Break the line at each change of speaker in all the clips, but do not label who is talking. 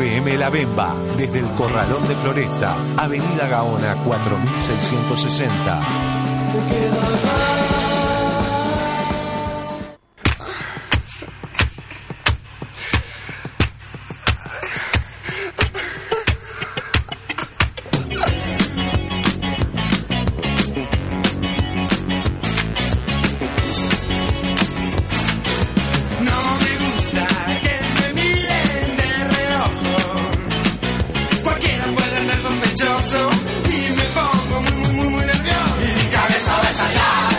FM La Bemba, desde el Corralón de Floresta, Avenida Gaona 4660.
No me gusta que me miren de reojo. Cualquiera puede ser sospechoso y me pongo muy, muy, muy, muy nervioso. Y mi cabeza va a estallar.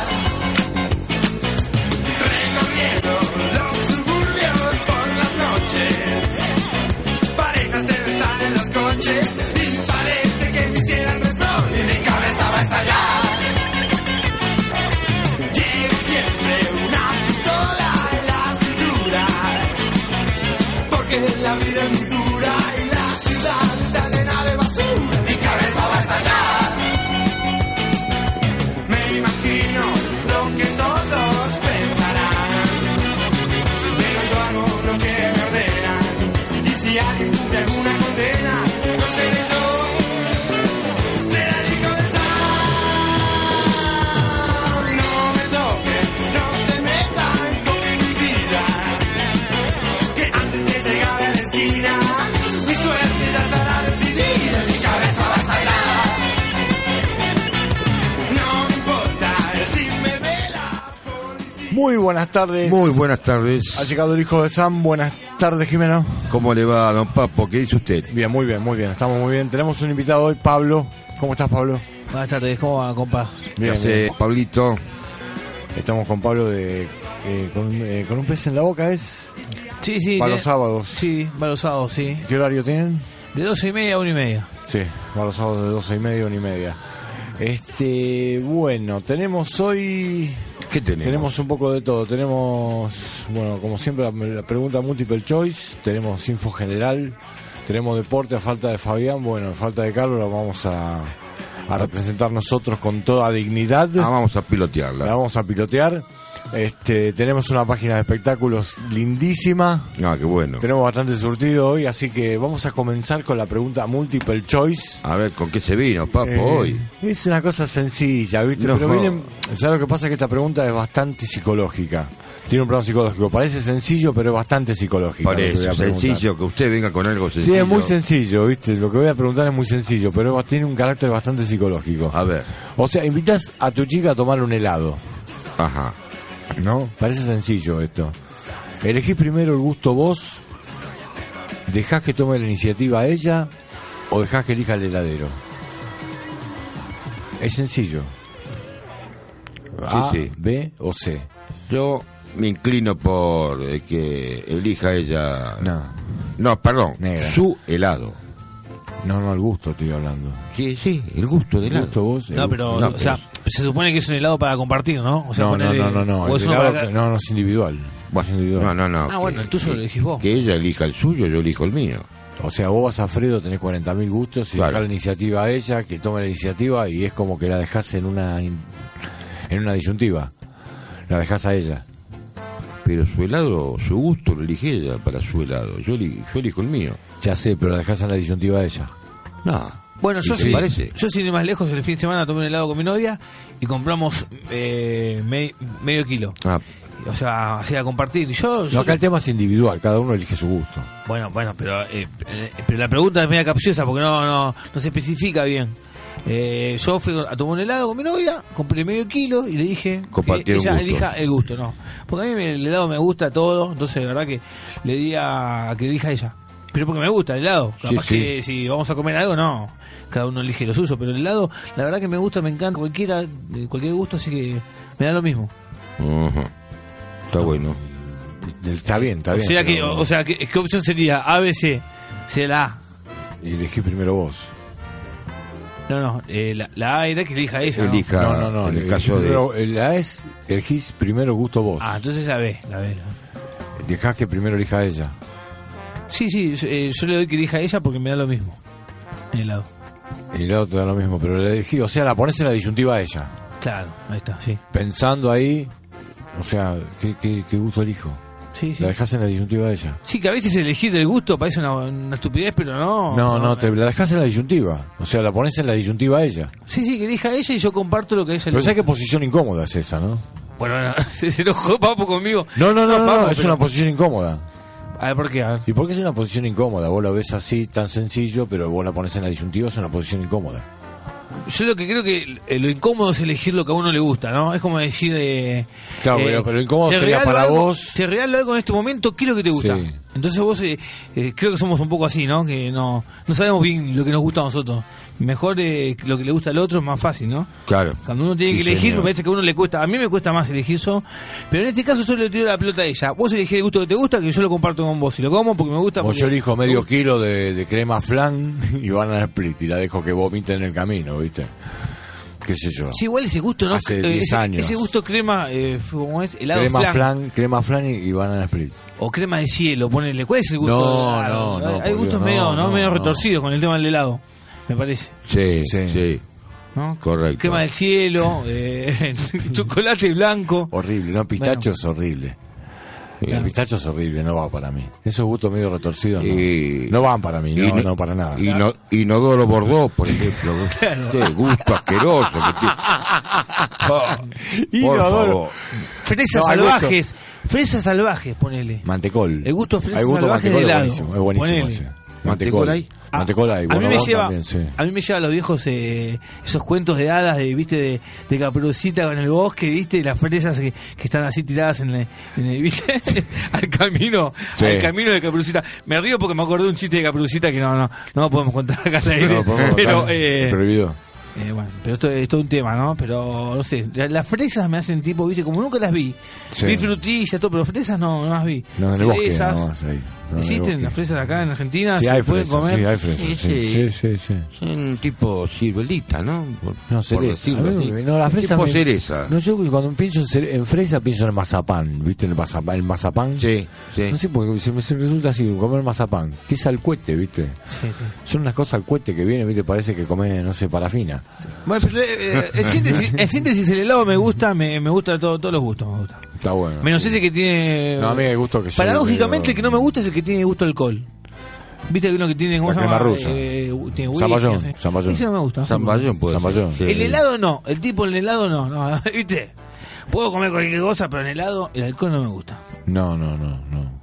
Recorriendo los suburbios por las noches. Parejas se besan en los coches y parece que me hicieran refrón. Y mi cabeza va a estallar. Llevo siempre una pistola en la cintura, porque la vida es muy dura y la ciudad está llena de basura. Mi cabeza va a estallar. Me imagino lo que todos pensarán, pero yo hago lo que me ordenan. Y si alguien cumple alguna condena, no seré yo, será el hijo del no me toques, no se metan con mi vida. Que antes de llegar a la esquina, mi suerte ya estará decidida. Mi cabeza va a estallar. No me importa si me vela.
Muy buenas tardes.
Muy buenas tardes.
Ha llegado el hijo de Sam. Buenas tardes, Jimeno.
¿Cómo le va, don Papo? ¿Qué dice usted?
Bien, muy bien, muy bien. Estamos muy bien. Tenemos un invitado hoy, Pablo. ¿Cómo estás, Pablo?
Buenas tardes, ¿cómo va, compa?
¿Qué hace, Pablito?
bien. Estamos con Pablo de, eh, con, eh, con un pez en la boca, ¿es?
Sí, sí.
Para
que-
los sábados.
Sí, para los sábados, sí.
¿Qué horario tienen?
De dos y media a una y media.
Sí, para los sábados de 12 y media, 1 y media. Este, bueno, tenemos hoy...
¿Qué tenemos?
Tenemos un poco de todo. Tenemos, bueno, como siempre, la, la pregunta multiple choice. Tenemos info general. Tenemos deporte a falta de Fabián. Bueno, a falta de Carlos la vamos a, a representar nosotros con toda dignidad.
Ah, vamos a
La
pilotearla.
vamos a pilotear. Este, tenemos una página de espectáculos lindísima.
Ah, qué bueno.
Tenemos bastante surtido hoy, así que vamos a comenzar con la pregunta multiple choice.
A ver, ¿con qué se vino, Papo,
Eh,
hoy?
Es una cosa sencilla, ¿viste?
No.
Pero miren, ya lo que pasa es que esta pregunta es bastante psicológica. Tiene un plano psicológico. Parece sencillo, pero es bastante psicológico. lo que voy
Parece
a preguntar.
sencillo que usted venga con algo
Sí,
sencillo.
es muy sencillo, ¿viste? Lo que voy a preguntar es muy sencillo, pero va- tiene un carácter bastante psicológico.
A ver,
O sea, invitas a tu chica a tomar un helado,
ajá.
¿no? Parece sencillo esto. Elegís primero el gusto vos, dejás que tome la iniciativa ella o dejás que elija el heladero. Es sencillo. A,
sí.
B o C.
Yo me inclino por eh, que elija ella...
No,
No, perdón,
Negra.
su helado.
no, no, el gusto estoy hablando.
Sí, sí, el gusto del
El
helado.
gusto vos. el
No,
gusto.
pero,
No,
o sea, se supone que es un helado para compartir, ¿no? O sea,
No, no,
ponerle-
no, no, no.
o
el
es uno
helado-
para-
no, no, es individual. Es individual.
no, no, no.
Ah, bueno, el tuyo lo elegís vos.
Que ella elija el suyo, yo elijo el mío.
O sea, vos vas a Fredo, tenés 40.000 gustos y
Claro.
dejás la iniciativa a ella, que tome la iniciativa y es como que la dejás en una in- en una disyuntiva. La dejás a ella.
Pero su helado, su gusto lo elige ella para su helado. Yo, eli- yo elijo el mío.
Ya sé, pero la dejás en la disyuntiva a ella.
No.
Bueno,
¿Y
yo
te
sí.
parece?
Yo sin ir más lejos, el fin de semana tomé un helado con mi novia y compramos eh, me- medio kilo.
Ah,
O sea, así a compartir. Y Yo,
No,
yo-
acá el tema es individual, cada uno elige su gusto.
Bueno, bueno, pero, eh, eh, pero la pregunta es media capciosa porque no, no, no se especifica bien. Eh, yo fui a tomar un helado con mi novia, compré medio kilo y le dije que
Compartir un
ella
gusto.
elija el gusto, no. Porque a mí el helado me gusta todo, entonces la verdad que le di a que elija ella. Pero porque me gusta el helado.
Sí,
Capaz
sí.
que si vamos a comer algo, no. Cada uno elige lo suyo, pero el helado, la verdad que me gusta, me encanta cualquiera, de cualquier gusto, así que me da lo mismo.
ujú. Está bueno.
Está bien, está
O
bien.
sea, que,
pero
o sea que, ¿qué opción sería? A, B, C. Sería la A.
Elegí primero vos.
No, no, eh, la, la A era que elija ella. ¿no?
Elija
no, no, no.
en el
elegí
caso de...
primero- la es, elegís primero gusto vos.
Ah, entonces la B, la B.
Dejás que primero elija a ella.
Sí, sí, yo, eh, yo le doy que elija ella porque me da lo mismo. El helado.
Y el otro da lo mismo, pero la elegí, o sea, la pones en la disyuntiva a ella.
Claro, ahí está, sí.
pensando ahí, o sea, ¿qué, qué, qué gusto elijo?
Sí, sí.
La dejás en la disyuntiva de ella.
Sí, que a veces elegir el gusto parece una, una estupidez, pero no.
No, no, te, la dejás en la disyuntiva. O sea, la pones en la disyuntiva a ella.
Sí, sí, que elija ella y yo comparto lo que ella
Pero
le
sabes qué posición incómoda es esa, ¿no?
gusta. Bueno, no, se, se enojó Papo conmigo.
No, no, no, no,
Papo,
es
pero-
una posición incómoda.
A ver, ¿por qué? A ver.
¿Y por qué es una posición incómoda? Vos la ves así, tan sencillo, pero vos la pones en la disyuntiva, es una posición incómoda.
Yo lo que creo que eh, lo incómodo es elegir lo que a uno le gusta, ¿no? Es como decir. eh,
Claro,
eh,
pero- pero incómodo
te
sería
regalo
para
algo-
vos.
Te regalo algo en este momento, ¿qué es lo que te gusta?
Sí.
Entonces vos, eh, eh, creo que somos un poco así, ¿no? Que no, no sabemos bien lo que nos gusta a nosotros. Mejor eh, lo que le gusta al otro es más fácil, ¿no?
Claro.
Cuando uno tiene
Sí,
que elegir,
señor.
me parece que a uno le cuesta. A mí me cuesta más elegir eso. Pero en este caso yo le tiro la pelota a ella. Vos elegís el gusto que te gusta, que yo lo comparto con vos. Y lo como porque me gusta.
Como
porque-
yo elijo medio kilo de, de crema flan y van a split y la dejo que vomite en el camino, ¿viste? ¿Qué sé yo?
Sí, igual ese gusto, ¿no?
Hace
Eh,
10
ese,
años.
ese gusto crema, eh, ¿cómo es? Helado
crema
flan.
flan. crema flan y, y van a split.
O crema de cielo, ponele. ¿Cuál es el gusto?
No,
del
no,
helado?
no,
Hay
por
gustos
Dios,
medio,
no,
¿no?
no,
medio
no.
retorcidos con el tema del helado, me parece.
Sí,
Sí.
sí.
¿no?
Correcto.
Crema del cielo, eh, chocolate blanco.
Horrible, no, pistacho es horrible. El
Claro.
pistacho es horrible, no va para mí. Esos gustos medio retorcidos no,
Y-
no van para mí, no,
Ino-
no para nada.
ino- inodoro Bordeaux, por ejemplo. Qué gusto asqueroso que tiene. Ah, por
Inodoro.
favor.
Fresas
No, hay
salvajes. Fresas salvajes, ponele.
Mantecol.
El gusto fresco
Hay gusto
salvaje
mantecol,
de helado.
es buenísimo. Es buenísimo
Ponele.
ese.
¿Mantecol hay?
A-
Mantecol hay.
Ah, a,
bueno,
mí me
vos
lleva,
también, sí.
a mí me lleva a los viejos eh, esos cuentos de hadas de viste de, de caperucita con el bosque viste y las fresas que, que están así tiradas en, el- en el- viste al camino
Sí.
al camino de caperucita me río porque me acordé de un chiste de caperucita que no no no podemos contar acá al aire,
No, podemos
pero
contar.
eh,
Prohibido.
eh, bueno, pero esto es todo un tema, ¿no? Pero no sé, la- las fresas me hacen tipo, viste, como nunca las vi.
Sí.
Vi frutillas, todo, pero fresas no, no las vi.
No, en el bosque,
Cerezas.
nomás, ahí. No, en el
¿Existen
bosque.
las fresas acá en Argentina?
Sí,
¿Se
hay
pueden
fresas,
comer?
sí, hay fresas. Sí,
Sí,
sí, sí.
sí.
sí.
Un tipo ciruelita, ¿no? Por-
No,
por
cereza.
decirlo
A mí
así.
me- no, la
Un
fresa
Tipo
me-
cereza.
No, yo cuando pienso en, cere- en fresa pienso en el mazapán, ¿viste? El mazapán. El mazapán.
Sí, sí.
No sé, porque se me se me resulta así, comer mazapán, que es al cuete, ¿viste?
Sí, sí.
Son unas cosas al cuete que vienen, ¿viste? Parece que come, no sé, parafina.
Bueno, pero eh, en, síntesis, en síntesis, el helado me gusta, me, me gusta todo, todos los gustos. Me gusta.
Está bueno.
Menos ese que tiene.
No, a mí el gusto que yo-
Paradójicamente, el que no me gusta es el que tiene gusto a alcohol. ¿Viste que uno que tiene. ¿Cómo
La
se
crema
llama?
rusa.
Eh, tiene whisky,
Zamballón,
no sé.
zamballón.
Ese no me gusta.
Zamballón puede
Zamballón.
ser.
El helado no, el tipo en el helado no, no, ¿viste? Puedo comer cualquier cosa, pero en helado el alcohol no me gusta.
No, no, no, no.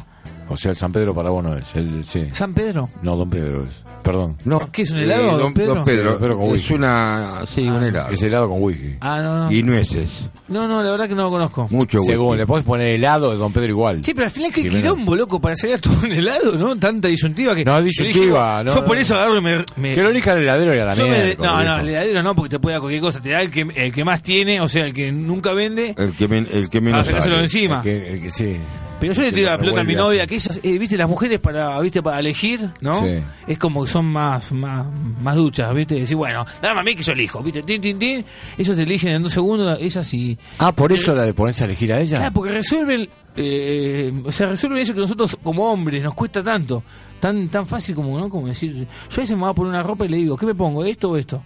O sea, el San Pedro para vos no es. El, sí.
San Pedro.
No, Don Pedro es. Perdón.
No, Eh,
¿Qué es un helado, don
don,
Pedro?
don Pedro,
Sí, don Pedro con
es
whisky.
una... Sí, un helado.
Es helado con whisky.
Ah, no, no.
Y nueces.
No, no, la verdad que no lo conozco.
Mucho whisky.
Según, le podés poner helado de Don Pedro igual.
Sí, pero al final qué
Primero.
quilombo, loco, para salir a todo un helado, ¿no? Tanta disyuntiva que...
No, disyuntiva,
Yo dije,
no,
Yo
no.
por eso agarro y me... me-
Que lo elija el heladero y a la
yo me-
mierda.
no, no, el
viejo.
heladero no, porque te puede dar cualquier cosa. Te da el que, el que más tiene, o sea, el que nunca
Eh,
vende,
El que, men- el que menos
para sacárselo
sabe.
encima.
El que, el que sí.
Pero yo le
que
tiro
lo
la pelota a mi
revuelve
novia,
así.
que ellas, eh, viste, las mujeres para, viste, para elegir, ¿no?
Sí.
Es como que son más, más, más duchas, viste, decir, bueno, dame a mí que yo elijo, viste, tin, tin, tin, ellos eligen en dos segundos, ellas y...
Ah, por eso la de ponerse a elegir a ella.
Claro, porque resuelven, eh, o sea, resuelven eso que nosotros como hombres nos cuesta tanto, tan, tan fácil como, ¿no? Como decir, yo a veces me voy a poner una ropa y le digo, ¿qué me pongo, esto o esto?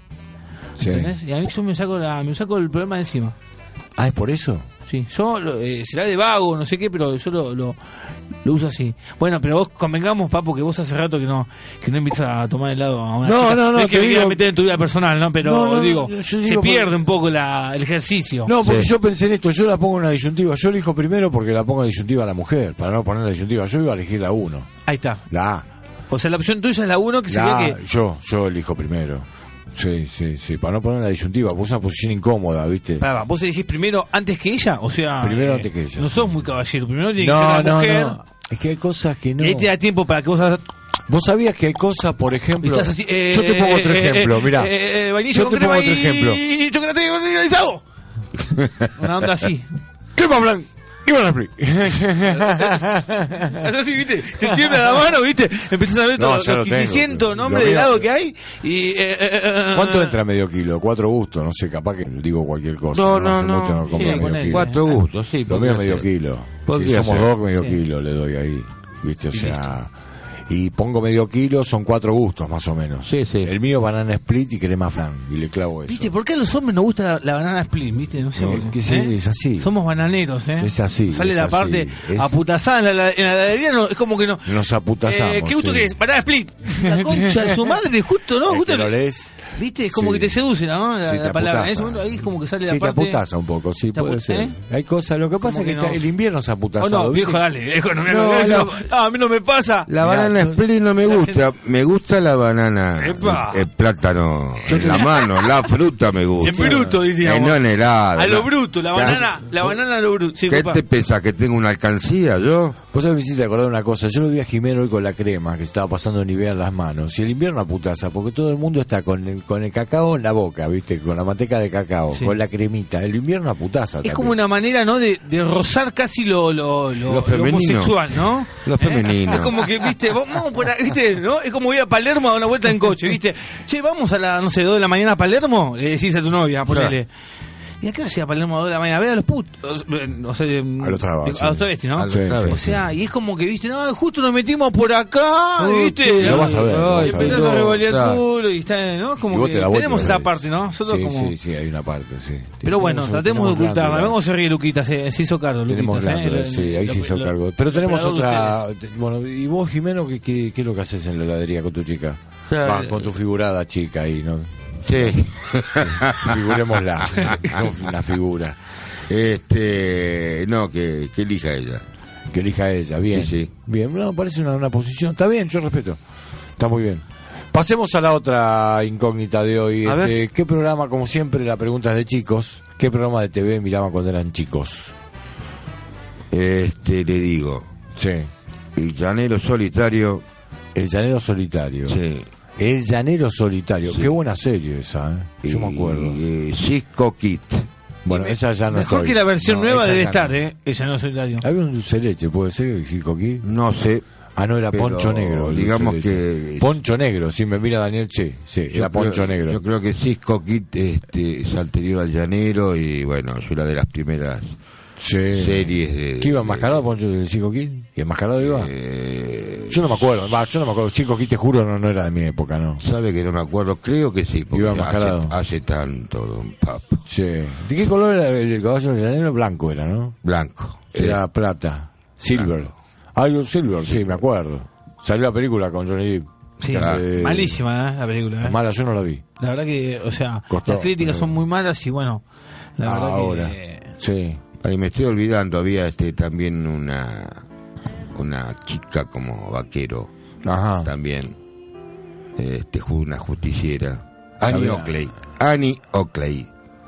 Sí.
¿Entendés? Y a mí yo me saco, la, me saco el problema de encima.
Ah, es por eso.
Sí, yo lo- eh, será de vago, no sé qué, pero yo lo, lo, lo uso así. Bueno, pero vos convengamos, papo, que vos hace rato que no que no invitas a tomar helado a una
No,
chica.
no, no,
es que
te
me quiera
digo-
meter en tu vida personal, ¿no? Pero
No, no, no,
digo,
yo
se
digo
pierde
porque-
un poco la, el ejercicio.
No, porque
Sí.
yo pensé en esto, yo la pongo en una disyuntiva. Yo elijo primero porque la pongo en disyuntiva a la mujer, para no poner la disyuntiva. Yo iba a elegir la 1,
Ahí está.
la A.
O sea, la opción tuya es la uno que
La
sería
A,
que...
yo, yo elijo primero. Sí, sí, sí, para no poner la disyuntiva, puse una posición incómoda, ¿viste?
Pará, pará, ¿Vos elegís primero antes que ella? O sea... eh,
Primero antes que ella,
No
sí.
sos muy caballero. Primero tiene que
No,
ser la
no,
mujer.
no. Es que hay cosas que no.
Y este ahí te da tiempo para que vos hagas...
Vos sabías que hay cosas, por
y
ejemplo.
estás así... eh,
yo te pongo otro
eh, eh,
ejemplo,
eh,
mirá.
eh, eh, vainilla
Yo
con
te
crema
pongo otro
y-
ejemplo.
Y chocolate granizado. Una onda así.
¿Qué me hablan? ¿Qué me hablan?
Hacés así, viste, te tiembla la mano, viste, empezás a ver
No,
todos
yo
los
lo tengo,
500
pero
nombres
lo
de
mío-
helado que hay y... eh, eh, eh,
¿Cuánto
eh,
entra medio kilo? Cuatro gustos, no sé, capaz que digo cualquier cosa.
No, no,
Hace
no.
mucho no
Sí,
compro medio
ponele.
kilo.
Cuatro gustos, sí.
Lo mío
podría
es medio
ser.
kilo. Si
Podría
somos
ser.
dos, medio
Sí.
kilo le doy ahí. ¿Viste? O
Y
sea. y pongo medio kilo, son cuatro gustos más o menos.
Sí, sí.
El mío banana split y crema fran y le clavo eso.
¿Viste? ¿Por qué a los hombres nos gusta la, la banana split? ¿Viste? No sé
No,
por qué.
Eh, que sí, es así.
Somos bananeros, ¿eh?
Es así,
Sale
es
la
así,
parte
es-
aputazada en la, la- en la heladería, no, es como que no.
Nos aputazamos.
Eh, ¿Qué gusto
sí.
que es? Banana split. La concha de su madre, justo, ¿no?
Es
Justo
que lo
le-
lees.
¿Viste? Es como
Sí.
que te seduce, ¿no? La,
Sí,
la
te
palabra.
aputaza.
En ese momento ahí es como que sale
Sí,
la parte.
te aputaza un poco, sí,
Te
puede
apu-
ser.
¿eh?
Hay cosas, lo que pasa es
que
que,
no.
está- el invierno es aputazado.
Oh, no,
¿viste?
viejo, dale, viejo, no me
No,
hagas eso.
la-
Ah, a mí no me pasa.
La
Mirá,
banana
yo-
split no me gusta, me gusta la banana,
Epa.
el, el plátano, en la mano, la fruta me gusta.
En bruto, diríamos.
Eh, no en helado.
A lo
no.
bruto,
Ya,
la banana, la banana a lo bruto. Sí,
¿Qué
papá.
te pensás que tengo una alcancía yo?
Vos sabés, me hiciste acordar una cosa. Yo lo vi a Jimeno hoy con la crema que estaba pasando Nivea en las manos. Y el invierno a putaza, porque todo el mundo está con el, con el cacao en la boca, ¿viste? Con la manteca de cacao,
Sí.
con la cremita. El invierno a putaza
Es
también.
como una manera, ¿no? De, de rozar casi lo, lo, lo,
Lo
lo
femenino.
homosexual, ¿no? ¿Eh?
Lo femenino.
Es como que, viste, vamos por ahí, viste, ¿no? Es como ir a Palermo a dar una vuelta en coche, viste. Che, vamos a las, no sé, 2 de la mañana a Palermo, le decís a tu novia, ponele. ¿Y a qué vas a ir a Palermo a 2 de la mañana? A ver a los putos. eh, O sea,
A los trabas,
A los
sí.
travestis, ¿no?
A los travestis.
O sea, y es como que, viste, no, justo nos metimos por acá, viste.
lo vas a ver, lo vas a ver.
Empezás a
No,
revolver el
Claro.
culo y está, ¿no?
Y
Como
vos
que
te la vuelta y
tenemos
la
esa
ves.
parte, ¿no? Nosotros
sí,
como...
sí, sí, hay una parte, sí.
Pero
Tenemos-
bueno, tratemos de
tenemos
ocultarla.
glándulas.
Luego se ríe Luquitas, eh, se hizo cargo.
Tenemos
Luquitas, eh,
glándulas,
el-
sí, ahí
el-
se hizo
el-
cargo. Pero
el
tenemos
operador de
otra.
ustedes.
te- Bueno, y vos, Jimeno, ¿qué, qué, qué es lo que haces en la heladería con tu chica?
Ya,
Va,
eh,
con tu figurada chica ahí, ¿no?
Sí.
Figurémosla. no una figura.
Este, no, que, que elija ella.
Que elija ella, bien.
Sí, sí.
Bien, no, parece una, una posición. Está bien, yo respeto. Está muy bien. Pasemos a la otra incógnita de hoy.
A
Este, ¿Qué programa, como siempre, la pregunta es de chicos? ¿Qué programa de TV miraban cuando eran chicos?
Este, le digo,
Sí.
el llanero solitario,
El Llanero Solitario.
sí.
El Llanero Solitario. Qué buena serie esa, ¿eh? Yo me acuerdo.
Y, eh, Cisco Kit.
Bueno, esa ya no
Mejor
estoy.
que la versión
No,
nueva
esa
debe
ya
estar,
no.
¿eh? Ella no es solitario.
Había un dulce de leche, ¿puede ser? Chico aquí.
No sé.
Ah, no, era
Pero
Poncho Negro. el
digamos
dulce de leche.
que-
Poncho Negro, si me mira Daniel Che. Sí,
Yo
era Poncho
creo-
Negro.
Yo creo que Cisco Kit este, es anterior al llanero y bueno, es una de las primeras
Sí.
series de.
¿Qué iba
de-
enmascarado Poncho de Chico King? ¿Y enmascarado iba?
eh,
yo no me acuerdo, va, yo no me acuerdo. Chico King, te juro, no, no era de mi época, ¿no.
Sabe que no me acuerdo, creo que sí, porque
Iba
hace,
enmascarado.
hace tanto, don Papo.
Sí. ¿De qué color era el, el caballo del llanero? Blanco era, ¿no?
Blanco. Eh, sí.
Era plata. Silver. Algo Silver, sí, me acuerdo. Salió la película con Johnny Depp.
Sí,
Que
sí.
Ah.
hace-
malísima ¿eh? la película. ¿eh?
Mala, yo no la vi.
La verdad que, o sea,
Costó,
las críticas
pero-
son muy malas y bueno, la verdad
Ahora.
que...
Sí.
Ahí me estoy olvidando, había este también una una chica como vaquero
Ajá.
también. Este ju- una justiciera. Annie
Había-
Oakley. Annie Oakley.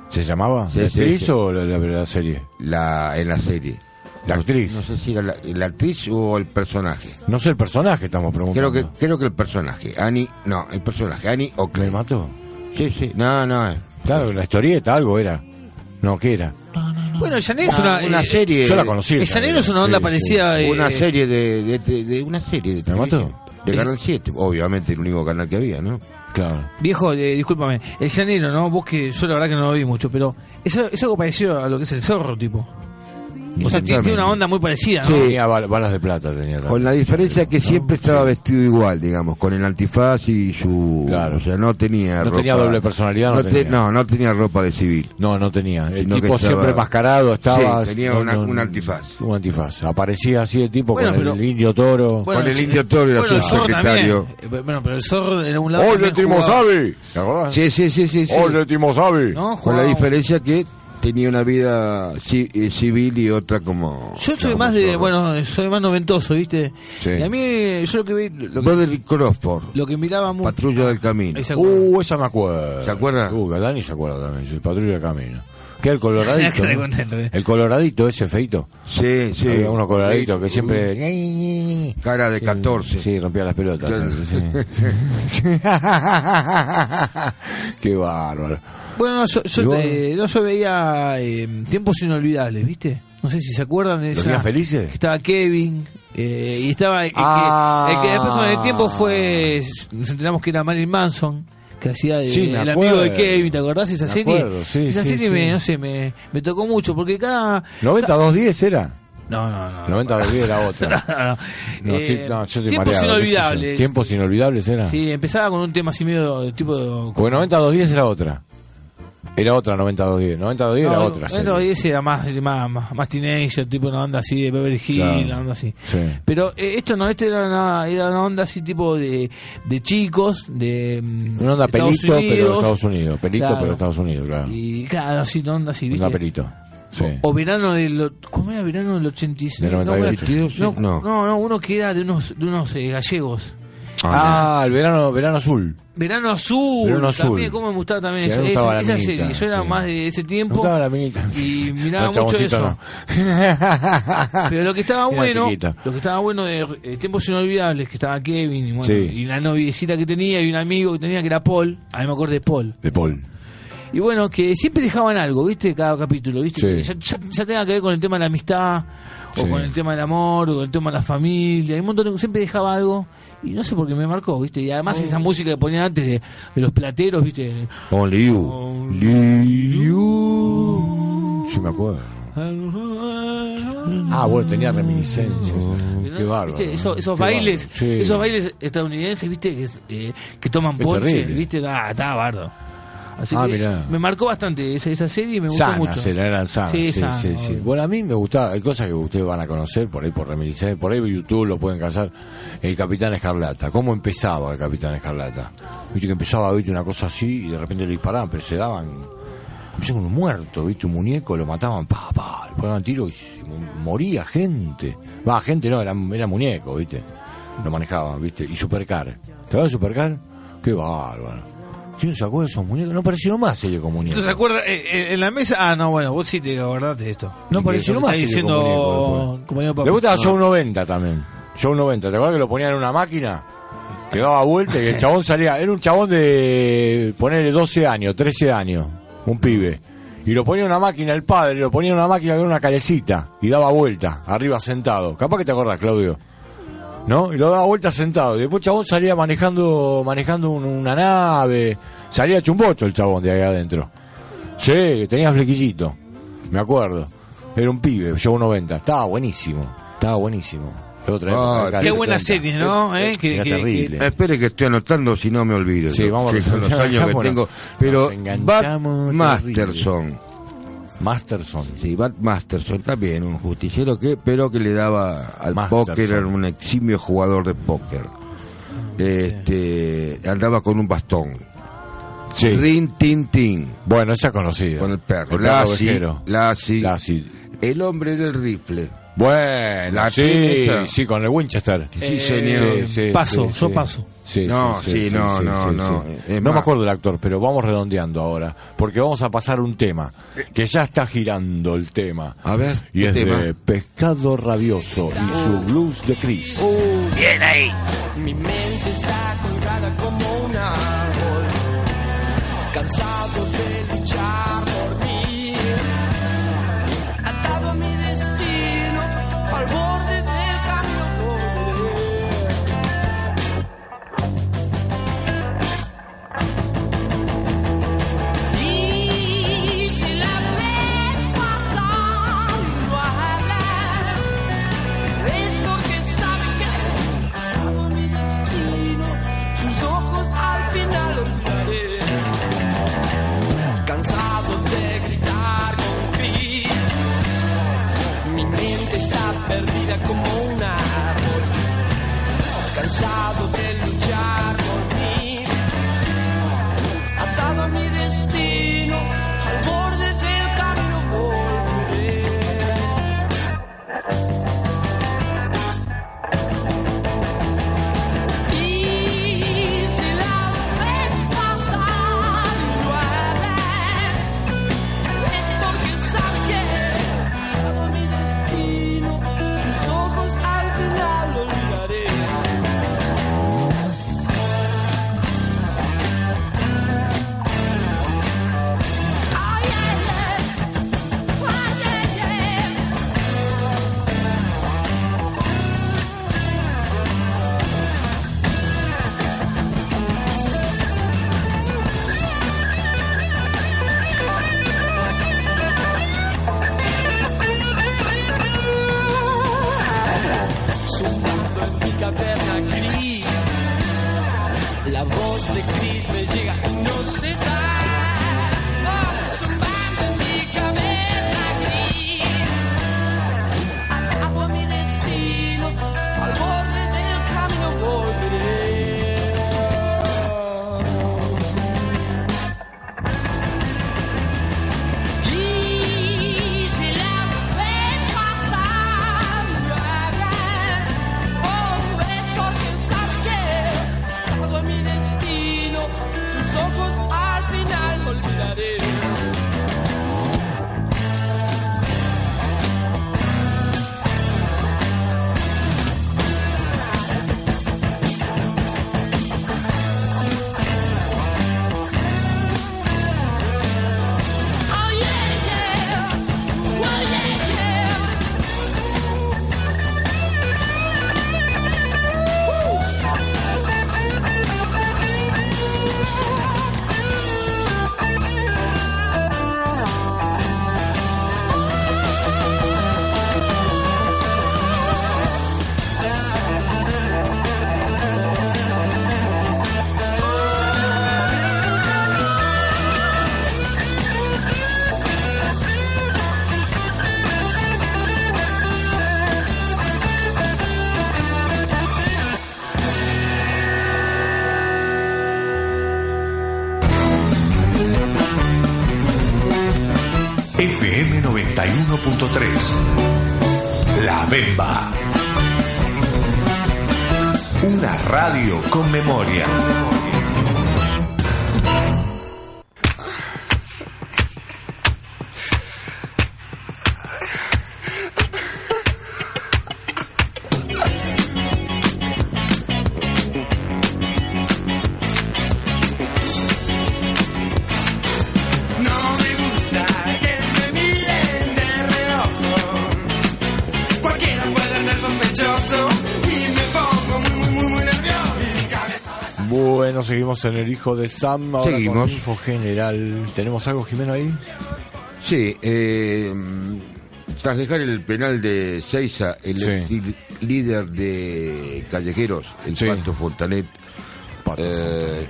¿Se llamaba?
Sí,
¿La
sí,
actriz
sí.
o la, la- la serie?
La, en la serie.
La actriz.
No
No sé,
sé si era la, la actriz o el personaje.
el personaje, estamos preguntando.
Creo que, creo que el personaje. Annie, no, el personaje, Annie
¿Me
Oakley.
mató?
Sí, sí, no, no. eh.
Claro, la historieta, algo era. No, ¿qué era?
Bueno, el llanero es una...
una
eh,
serie.
Ah, Yo la conocí.
el llanero es una onda
Sí,
parecida...
sí,
eh,
Una serie de, de, de- de- una serie de
¿Me mató?
televisión. De Canal 7, obviamente el único canal que había, ¿no?
sí, Claro.
Viejo, eh, discúlpame, el llanero, ¿no? Vos que yo la verdad que no lo vi mucho, pero eso es algo parecido a lo que es el zorro, tipo. O sea, tiene tiene una onda muy parecida, ¿no?
Sí.
Tenía bal- balas de plata, tenía. también.
Con la diferencia que siempre estaba vestido igual, digamos, con el antifaz y su...
Claro.
O sea, no tenía
No
ropa-
tenía doble personalidad, no
te-
tenía.
no, no tenía ropa de civil.
No, no tenía. El
Sino que
tipo
estaba-
siempre mascarado, estaba.
Sí, tenía
no,
una-
no,
un antifaz.
Un antifaz. Aparecía así el tipo
Bueno,
con
pero-
el indio toro.
Bueno, Con el Indio Toro era
bueno, el
su
zorro
secretario.
también. Eh, Bueno, pero el zorro era un lado. también jugaba,
Sabi! ¿Te acordás?
Sí, sí, sí, sí. sí.
Timo Sabi!
¿no?
Con
Jugaba
la
un-
diferencia que tenía una vida ci- eh, civil y otra como...
Yo soy
como
más de.
zorro.
Bueno, soy más noventoso, ¿viste?
Sí.
Y a mí, eh, yo lo que vi. Lo que,
Brother Crawford,
lo que miraba mucho.
Patrulla del Camino.
Ahí se acuerda.
Uh, esa me acuerdo.
¿Se acuerda?
Uh, Dani se acuerda también. El patrulla de camino. Que era el coloradito.
Cara de
¿no?
contento, eh.
El coloradito ese feito.
Sí, sí.
Había uno coloradito que
Eh,
siempre. Ñi, Ñi, Ñi.
Cara de 14.
Sí, rompía las pelotas.
Claro.
sí. Sí. Qué bárbaro.
Bueno, no, yo, yo,
¿Y vos?
eh, no, yo veía eh, tiempos inolvidables, ¿viste? No sé si se acuerdan de
¿Los
esa.
días felices?
Estaba Kevin. eh, y estaba el que,
Ah.
el que después con el tiempo fue. Nos enteramos que era Marilyn Manson. Que hacía de-
Sí, me
el
acuerdo.
amigo de Kevin, ¿te acordás de esa
Me
serie?
acuerdo, sí,
esa
sí,
serie
sí.
me, no sé, me, me tocó mucho porque cada.
90-210 era.
No, no, no.
90 bebidas era otra.
No, no.
No,
Ah, Eh,
ti- no, yo estoy mareado,
tiempos
qué sé yo.
inolvidables.
Tiempos inolvidables era.
Sí, empezaba con un tema así medio de tipo de...
Porque 90-210 era otra. Era otra 90-210. 90-210 era
No,
otra.
Dentro de 10 era más, más, más, más teenager, tipo una onda así de Beverly Hills,
Claro.
una onda así.
Sí.
Pero eh, esto no, esto era una, era una onda así tipo de, de chicos, de... mm,
Una onda
Estados
pelito, pero
Unidos.
Estados Unidos. Pelito,
Claro.
pero Estados Unidos, claro.
Y claro, así una onda así, ¿viste?
Una pelito. Sí.
O verano del... ¿Cómo era verano del 86?
Del
No,
98.
No, no,
No.
no, uno que era de unos, de unos eh, gallegos.
Ah, el verano, verano azul.
Verano Azul.
Verano Azul.
También, cómo me gustaba también
Sí, a
eso.
mí me gustaba
Esa,
la
esa
minita,
serie. Yo era
sí.
más de ese
Me
tiempo.
gustaba la minita.
Y miraba
No, el
mucho
chaboncito
eso.
no.
Pero lo que estaba
Era
bueno,
chiquito.
lo que estaba bueno de eh, Tiempos Inolvidables, que estaba Kevin, y, bueno,
Sí.
y la noviecita que tenía, y un amigo que tenía que era Paul, a mí me acuerdo de Paul.
De Paul.
Y bueno, que siempre dejaban algo, ¿viste? Cada capítulo, ¿viste?
Sí.
Que Ya, ya- ya tenga que ver con el tema de la amistad, o
Sí.
con el tema del amor, o con el tema de la familia, y un montón de siempre dejaba algo. Y no sé por qué me marcó, ¿viste? Y además esa música que ponían antes de, de los plateros, ¿viste?
Only you. Only you.
Sí, me acuerdo. Ah, bueno, tenía reminiscencias.
¿No?
Qué bárbaro.
¿Viste? Esos,
¿no?
esos
Qué
bailes,
bárbaro. Sí.
esos bailes estadounidenses, viste, que, es, eh, que toman
Es
ponche,
terrible.
viste, ah, está bardo. Así
Ah,
que
mirá.
me marcó bastante esa, esa serie y me gustó
Sanas,
mucho.
era- eran sanas,
Sí,
sí,
sana,
sí, sí.
obvio.
Bueno, a mí me gustaba, hay cosas que ustedes van a conocer por ahí por reminiscencia, por ahí YouTube lo pueden cazar. El Capitán Escarlata, ¿cómo empezaba el Capitán Escarlata? Viste que empezaba, viste, una cosa así y de repente le disparaban, pero se daban. Empezó con un muerto, viste, un muñeco, lo mataban, pa, pa, le ponían tiro y se mu- moría gente. Va, gente no, era, era muñeco, viste. Lo manejaban, viste. Y Supercar, ¿te acuerdas de Supercar? Qué bárbaro. ¿Quién se acuerda de esos muñecos? No aparecieron más serie con muñecos.
¿No se acuerda? Eh, eh, en la mesa. Ah, no, bueno, vos sí te acordaste de esto.
No
Que
pareció
lo que
más
está
el
diciendo
comunico después.
compañero Papo.
Le gustaba
No.
Show 90 también. Show 90. ¿Te acuerdas que lo ponían en una máquina? Que daba vuelta y el chabón salía. Era un chabón de, ponerle 12 años, 13 años. Un pibe. Y lo ponía en una máquina, el padre lo ponía en una máquina que era una calecita. Y daba vuelta, arriba sentado. Capaz que te acordás, Claudio. ¿No? Y lo daba vuelta sentado. Y después el chabón salía manejando, manejando un- una nave. Salía chumbocho el chabón de ahí adentro. Sí, tenía flequillito. Me acuerdo. Era un pibe, yo un 90. Estaba buenísimo. Estaba buenísimo. La otra
Ah,
época,
Qué
el
buena
70.
serie, ¿no? Eh, que-
Era
que-
terrible.
Espere que estoy anotando si no me olvido.
Sí,
Yo,
vamos a
que son los
resolver.
años que
Bueno,
tengo.
nos
Pero Bat
enganchamos
Masterson,
Masterson.
sí, Bat Masterson también, un justiciero que, pero que le daba al
Masterson.
póker, era un eximio jugador de póker. Este, andaba con un bastón.
Sí.
Rin Tin Tin,
Bueno, esa conocida.
con el perro.
El perro
Lassie,
ovejero.
Lassie,
Lassie.
el hombre del rifle.
Bueno,
La
sí,
tiene esa.
sí, con el Winchester.
Sí,
Eh,
señor.
sí. paso, yo paso.
Sí,
No, sí, no, no, no. Es
No me
más.
acuerdo del actor, pero vamos redondeando ahora, porque vamos a pasar un tema, que ya está girando el tema.
A ver,
Y
¿qué
es
tema?
de Pescado Rabioso y su blues de Chris.
Mi mente está colgada como un árbol, cansado de luchar por mí, atado a mi destino, al borde del camino por volver. Y si la ves pasando a hablar, es porque sabe que todo mi destino, sus ojos al final olvidaré. Cansado de gritar con Cris, mi mente está perdida como un árbol. Cansado de luchar por mí, atado a mi destino, al borde del camino volveré. Y si la ves pasando a es porque sabe que todo mi destino, sus ojos al final olvidaré. La voz de Cris me llega y no se da. Su magnífica gris. Agua mi destino, al borde del camino volveré. Y si la ven pasar, yo habrá un beso que sabe que todo mi destino, sus ojos al final olvidaré. Oh yeah, yeah, oh yeah, yeah.
FM 91.3. La Bemba. Una radio con memoria.
No me gusta que me miren de reojo. Cualquiera puede ser sospechoso y me pongo muy, muy, muy, muy nervioso. Y mi cabeza
Bueno, seguimos en el hijo de Sam. Ahora
Seguimos.
con info general. ¿Tenemos algo, Jimeno, ahí?
Sí, eh, tras dejar el penal de Seiza, el
Sí.
ex li- líder de Callejeros, el
Sí.
Pato Fontanet,
Pato
eh,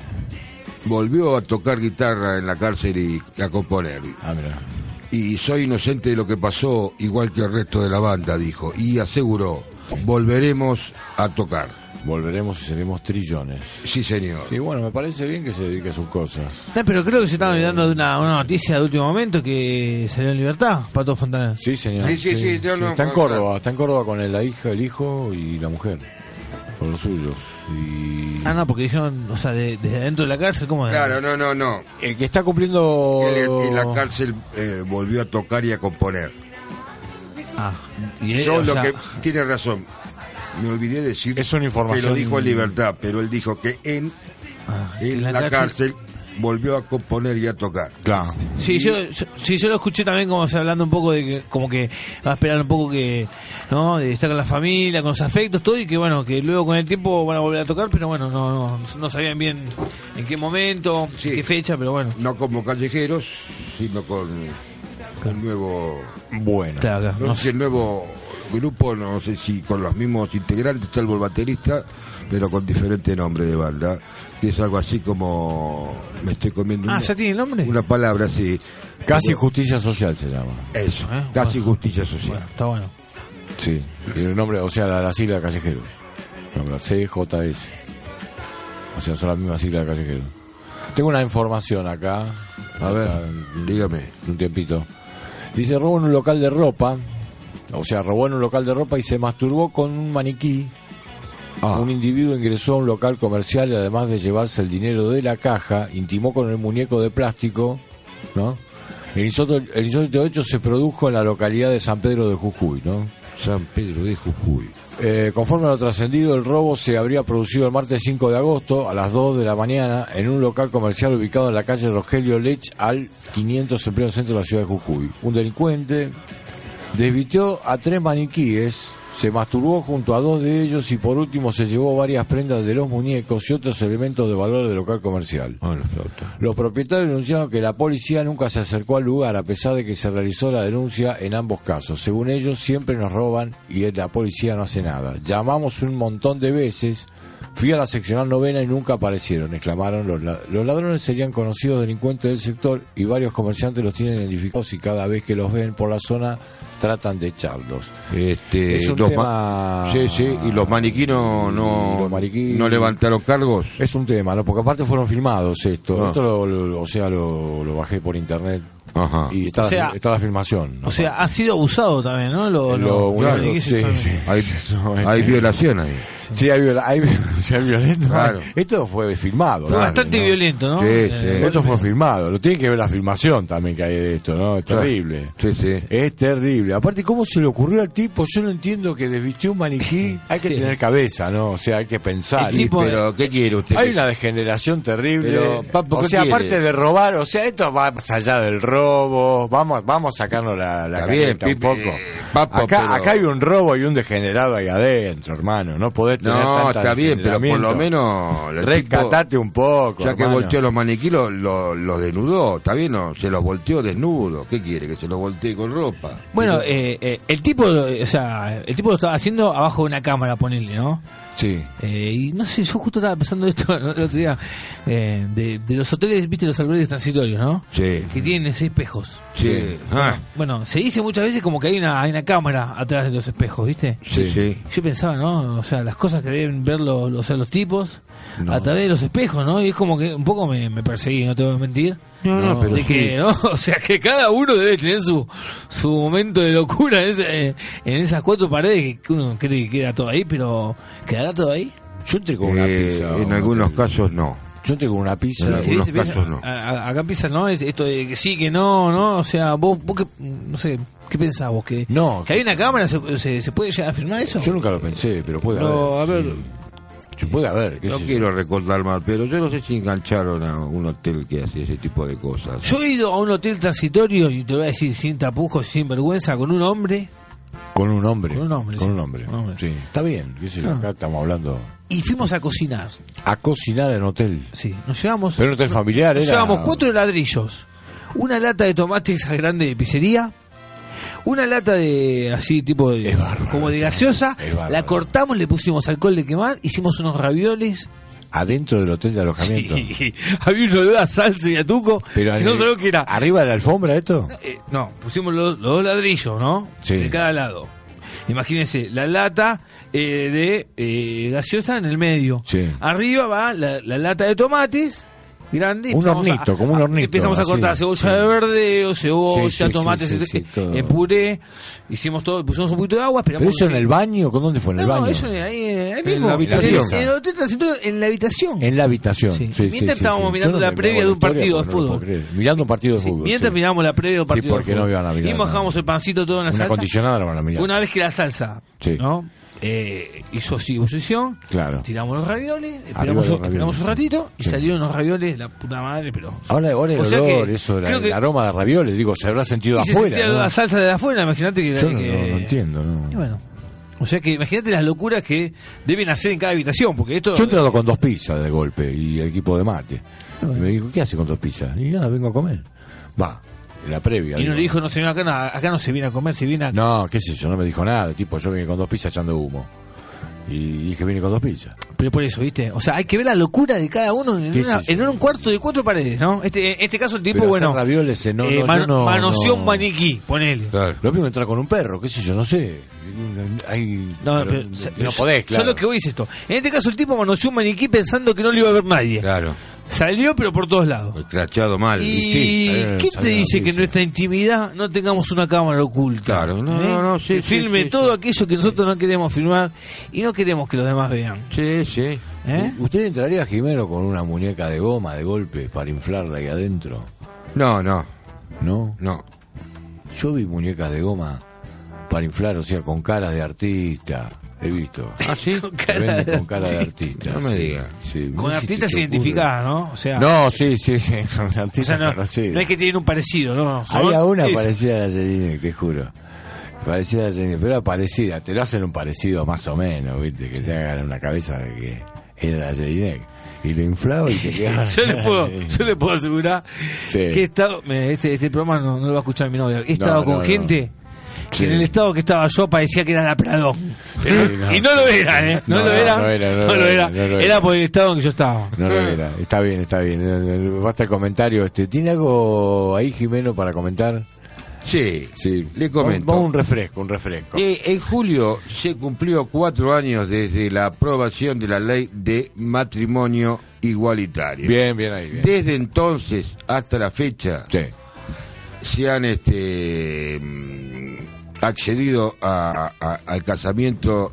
volvió a tocar guitarra en la cárcel y a componer.
Ah, mira.
Y soy inocente de lo que pasó, igual que el resto de la banda, dijo. Y aseguró, volveremos a tocar.
Volveremos y seremos trillones.
Sí, señor.
Sí, bueno, me parece bien que se dedique a sus cosas.
No, Eh, pero creo que se están olvidando de una, una noticia de último momento que salió en libertad, Pato Fontana.
Sí, señor.
Sí, sí, sí, yo no-
Está en Córdoba, está en Córdoba con el- la hija, el hijo y la mujer. Con los suyos. Y...
Ah, no, porque dijeron, o sea, de- desde adentro de la cárcel, ¿cómo era?
Claro, no, no, no.
El que está cumpliendo...
Él en
Oh.
la cárcel eh, volvió a tocar y a componer.
Ah, y
Eh,
él,
Yo
o
lo
sea,
que tiene razón. Me olvidé decir
Es una información-
que lo dijo en libertad, pero él dijo que en,
ah,
en la, cárcel... volvió a componer y a tocar.
Claro.
Sí, yo, yo- sí, yo lo escuché también como se hablando un poco de que, como que va a esperar un poco que, ¿no? De estar con la familia, con los afectos, todo, y que bueno, que luego con el tiempo van a volver a tocar, pero bueno, no, no, no sabían bien en qué momento,
Sí.
qué fecha, pero bueno.
No como callejeros, sino con el nuevo,
Bueno.
Claro, claro,
no
no
sé, el nuevo grupo, no sé si con los mismos integrantes, salvo el baterista, pero con diferente nombre de banda, que es algo así como me estoy comiendo
Ah,
una,
¿ya tiene el nombre?
una palabra así.
Casi justicia social se llama.
Eso,
Ah,
casi justicia social.
Bueno, está bueno.
Sí. Y el nombre, o sea, la, la sigla de callejeros. Nombre CJS. O sea, son las mismas siglas de callejeros. Tengo una información acá.
A ver,
Acá,
dígame.
de un tiempito. Dice, robó en un local de ropa. O sea, robó en un local de ropa y se masturbó con un maniquí.
Ah.
Un individuo ingresó a un local comercial y además de llevarse el dinero de la caja, intimó con el muñeco de plástico, ¿no? El insólito, el insólito hecho se produjo en la localidad de San Pedro de Jujuy, ¿no?
San Pedro de Jujuy.
Eh, conforme a lo trascendido, el robo se habría producido el martes 5 de agosto a las 2 de la mañana en un local comercial ubicado en la calle Rogelio Lech al 500 en pleno centro de la ciudad de Jujuy. Un delincuente desvitió a tres maniquíes, se masturbó junto a dos de ellos y por último se llevó varias prendas de los muñecos y otros elementos de valor del local comercial.
Ah, la flauta.
Los propietarios denunciaron que la policía nunca se acercó al lugar a pesar de que se realizó la denuncia en ambos casos. Según ellos, siempre nos roban y la policía no hace nada. Llamamos un montón de veces, Fui a la seccional novena y nunca aparecieron, exclamaron los, la- los ladrones serían conocidos delincuentes del sector y varios comerciantes los tienen identificados y cada vez que los ven por la zona tratan de echarlos.
Este,
Es un
los
tema-
ma- Sí, sí, y los maniquinos no,
Los maniquí-
no levantaron cargos.
Es un tema, ¿no? Porque aparte fueron filmados esto.
Ah.
Esto lo, lo- o sea, lo, lo bajé por internet
Ajá.
y está,
O sea-
está la filmación. ¿no?
O sea, ha sido abusado también, ¿no?
Eh,
Lo,
Lo-
lo-
claro,
¿qué
sí,
sé yo?
sí.
Hay,
No, es
hay
que-
violación ahí.
Sí, hay, viola- hay violencia violento.
Claro.
Esto fue filmado.
Fue
¿no?
bastante
¿no?
violento, ¿no?
Sí,
Eh,
sí.
Esto fue filmado. Lo tiene que ver la filmación también que hay de esto, ¿no? Es terrible.
Sí, sí.
Es terrible. Aparte, ¿cómo se le ocurrió al tipo? Yo no entiendo que desvistió un maniquí. Hay que tener cabeza, ¿no? O sea, hay que pensar.
El tipo-
Y, Ah, pero, ¿qué quiere usted?
Hay una degeneración terrible.
Pero, Papo,
o
¿qué
sea,
quiere?
aparte de robar, o sea, esto va más allá del robo. Vamos, vamos a sacarnos la, la
Está bien,
careta un
Pipe,
poco.
eh, Papo,
acá,
pero-
acá hay un robo y un degenerado ahí adentro, hermano. No podés tener
No,
tanta
está bien, pero por lo
degeneramiento.
menos... el tipo,
Rescatate un poco.
Ya que
hermano.
volteó los maniquíes, los lo desnudó, está bien, no, se los volteó desnudo. ¿Qué quiere? Que se los voltee con ropa.
Bueno, eh, eh, el tipo, o sea, el tipo lo estaba haciendo abajo de una cámara, ponerle, ¿no?
Sí.
Eh, y no sé, yo justo estaba pensando esto el otro día, eh, de, de los hoteles, viste, los albergues transitorios, ¿no?
Sí,
Que tienen ese espejos.
sí. Ah,
Bueno, se dice muchas veces como que hay una, hay una cámara atrás de los espejos, ¿viste?
sí, sí.
Yo pensaba, ¿no? O sea, las cosas que deben ver los, o sea, los tipos a través de los espejos, ¿no? Y es como que un poco me, me perseguí, no te voy a mentir.
No, no, pero
de que, ¿no? O sea, que cada uno debe tener su, su momento de locura en, ese- en esas cuatro paredes que uno cree que queda todo ahí, pero ¿quedará todo ahí?
Yo entré con una
Eh,
pizza.
en
¿no?
algunos casos no.
Yo entré con una pizza.
En algunos
¿Viste?
casos no.
A- a- acá empieza, ¿no? Es- Esto de que sí, que no, ¿no? O sea, vos, vos que, no sé, ¿qué pensás vos? ¿Que,
No.
que hay una cámara? ¿Se, se, se puede llegar a firmar eso?
Yo nunca lo pensé, pero puede
No,
haber.
a ver.
sí. Puede haber. qué
No
sé yo.
quiero recordar más, pero yo no sé si engancharon a un hotel que hacía ese tipo de cosas.
Yo he ido a un hotel transitorio y te voy a decir sin tapujos, sin vergüenza, con un hombre.
Con un hombre.
Con un hombre,
Con
sí.
un hombre.
Un hombre.
Sí. Está bien. qué
Ah.
sé yo, Acá estamos hablando.
Y fuimos a cocinar.
A cocinar en hotel.
Sí, nos llevamos.
Pero un hotel familiar,
nos
era.
llevamos cuatro ladrillos. Una lata de tomate esa grande de pizzería. Una lata de así tipo de,
Es bárbaro,
como de gaseosa.
es bárbaro.
La cortamos, le pusimos alcohol de quemar, hicimos unos ravioles.
Adentro del hotel de alojamiento.
Sí, había un olor a salsa y a tuco.
Pero
que no
eh,
sabía qué era.
¿Arriba de la alfombra esto?
Eh, no, pusimos los, los dos ladrillos, ¿no?
Sí.
De cada lado. Imagínense, la lata eh, de eh, gaseosa en el medio.
Sí.
Arriba va la, la lata de tomates. Grande,
Un
Empezamos
hornito, como un hornito,
Empezamos a
así.
cortar cebolla de verde, o
Sí,
cebolla,
sí, sí,
tomates,
sí,
etc.
sí, todo.
en puré. Hicimos todo, pusimos un poquito de agua, esperamos.
¿Pero eso en
que
el baño? ¿Con dónde fue? En
No,
el baño.
eso en, ahí, eh, ahí mismo.
la habitación.
En, el- en el hotel transitorio, en la habitación.
En la habitación.
Sí.
Sí, sí,
Mientras
sí,
estábamos
sí.
mirando
Yo
la
me- me
previa
hago
de un
historia
partido de
porque no lo
fútbol.
puedo creer. Mirando un partido de
Sí,
fútbol.
mientras
sí.
miramos la previa del partido.
porque
de fútbol.
no iban a mirar
Y
nada.
mojamos el pancito todo en la
Una
salsa.
acondicionada la van a mirar.
Una vez que la salsa
Sí.
¿no? Eh, hizo así posición,
Claro.
tiramos los ravioles,
Arriba
esperamos,
los
un- esperamos
ravioles.
un ratito y
Sí.
salieron los ravioles, la puta madre, pero.
Ahora, ahora el
O sea
olor,
que
eso, la-
creo
el
que-
aroma de ravioles, digo, se habrá sentido
y se
afuera.
sentía
¿no?
la salsa de afuera, imagínate que.
Yo no,
que-
no- no entiendo, no.
Y bueno. O sea que imagínate las locuras que deben hacer en cada habitación, porque esto.
Yo he entrado con dos pizzas de golpe y el equipo de mate. Y me dijo, ¿qué hace con dos pizzas? Y nada, vengo a comer. Va, en la previa.
y no
digo.
le dijo, no señor, acá no, acá no se viene a comer, se viene a.
No, qué sé yo, no me dijo nada. Tipo, yo vine con dos pizzas echando humo. Y dije, vine con dos pizzas.
Pero por eso, ¿viste? O sea, hay que ver la locura de cada uno en,
¿Qué
una-
sé yo?
en un cuarto de cuatro paredes, ¿no? Este, en este caso el tipo,
Pero hacer
bueno.
ravioles, eh, no, no, yo
man-
no-
manoseó
no.
un maniquí, ponele.
Claro.
Lo mismo entrar con un perro, qué sé yo, no sé. Hay-
No, no, pero,
pero-
pero
no podés,
yo-
claro.
Yo lo que voy es esto. En este caso el tipo manoseó un maniquí pensando que no lo iba a ver nadie.
Claro,
Salió pero por todos lados.
escrachado mal.
¿Y,
Y-
Eh, sí, salió-
quién te
salió la
dice que en
noticia.
nuestra intimidad no tengamos una cámara oculta? ¿Eh?
Claro, no, no, no, sí, sí,
Que filme
sí,
todo
sí.
aquello que nosotros no queremos filmar y no queremos que los demás vean.
Sí, sí.
¿Eh?
¿Usted entraría, Jimeno, con una muñeca de goma de golpe para inflarla ahí adentro?
No, no,
¿No?
no.
Yo vi muñecas de goma para inflar, o sea, con caras de artista. He visto.
¿Ah, sí?
Se venden con cara de artista.
No me
sí.
diga.
Sí,
Con
¿viste?
artistas
¿Te ocurre?
identificadas, ah, ¿no? O sea,
No, sí, sí, sí. Con
o sea,
artistas
no,
conocidas.
no es que tienen un parecido, ¿no? no, son-
Había una
es-
parecida a la Jelinek, te juro. Parecida a la Jelinek, pero era parecida. Te lo hacen un parecido más o menos, ¿viste? Que te hagan una cabeza de que era la Jelinek. Y lo inflaba y te quedaba.
Yo le puedo, yo le puedo asegurar
Sí.
que he estado. me- Este, este programa no, no lo va a escuchar mi novia. He estado
no,
con
no.
gente
Sí.
En el estado que estaba yo parecía que era la Prado.
no.
y no lo era, ¿eh? No,
No,
lo era.
no era, no
No lo era.
no lo era.
Era por el estado en que yo estaba.
No lo era. Está bien, está bien. Eh, eh, Basta el comentario. Este. ¿Tiene algo ahí, Jimeno, para comentar?
Sí,
Sí.
le comento.
Vamos a un refresco, un refresco.
Eh, en julio se cumplió cuatro años desde la aprobación de la ley de matrimonio igualitario.
Bien, bien ahí. Bien.
Desde entonces hasta la fecha
Sí.
se han este, mm, accedido a- a- al casamiento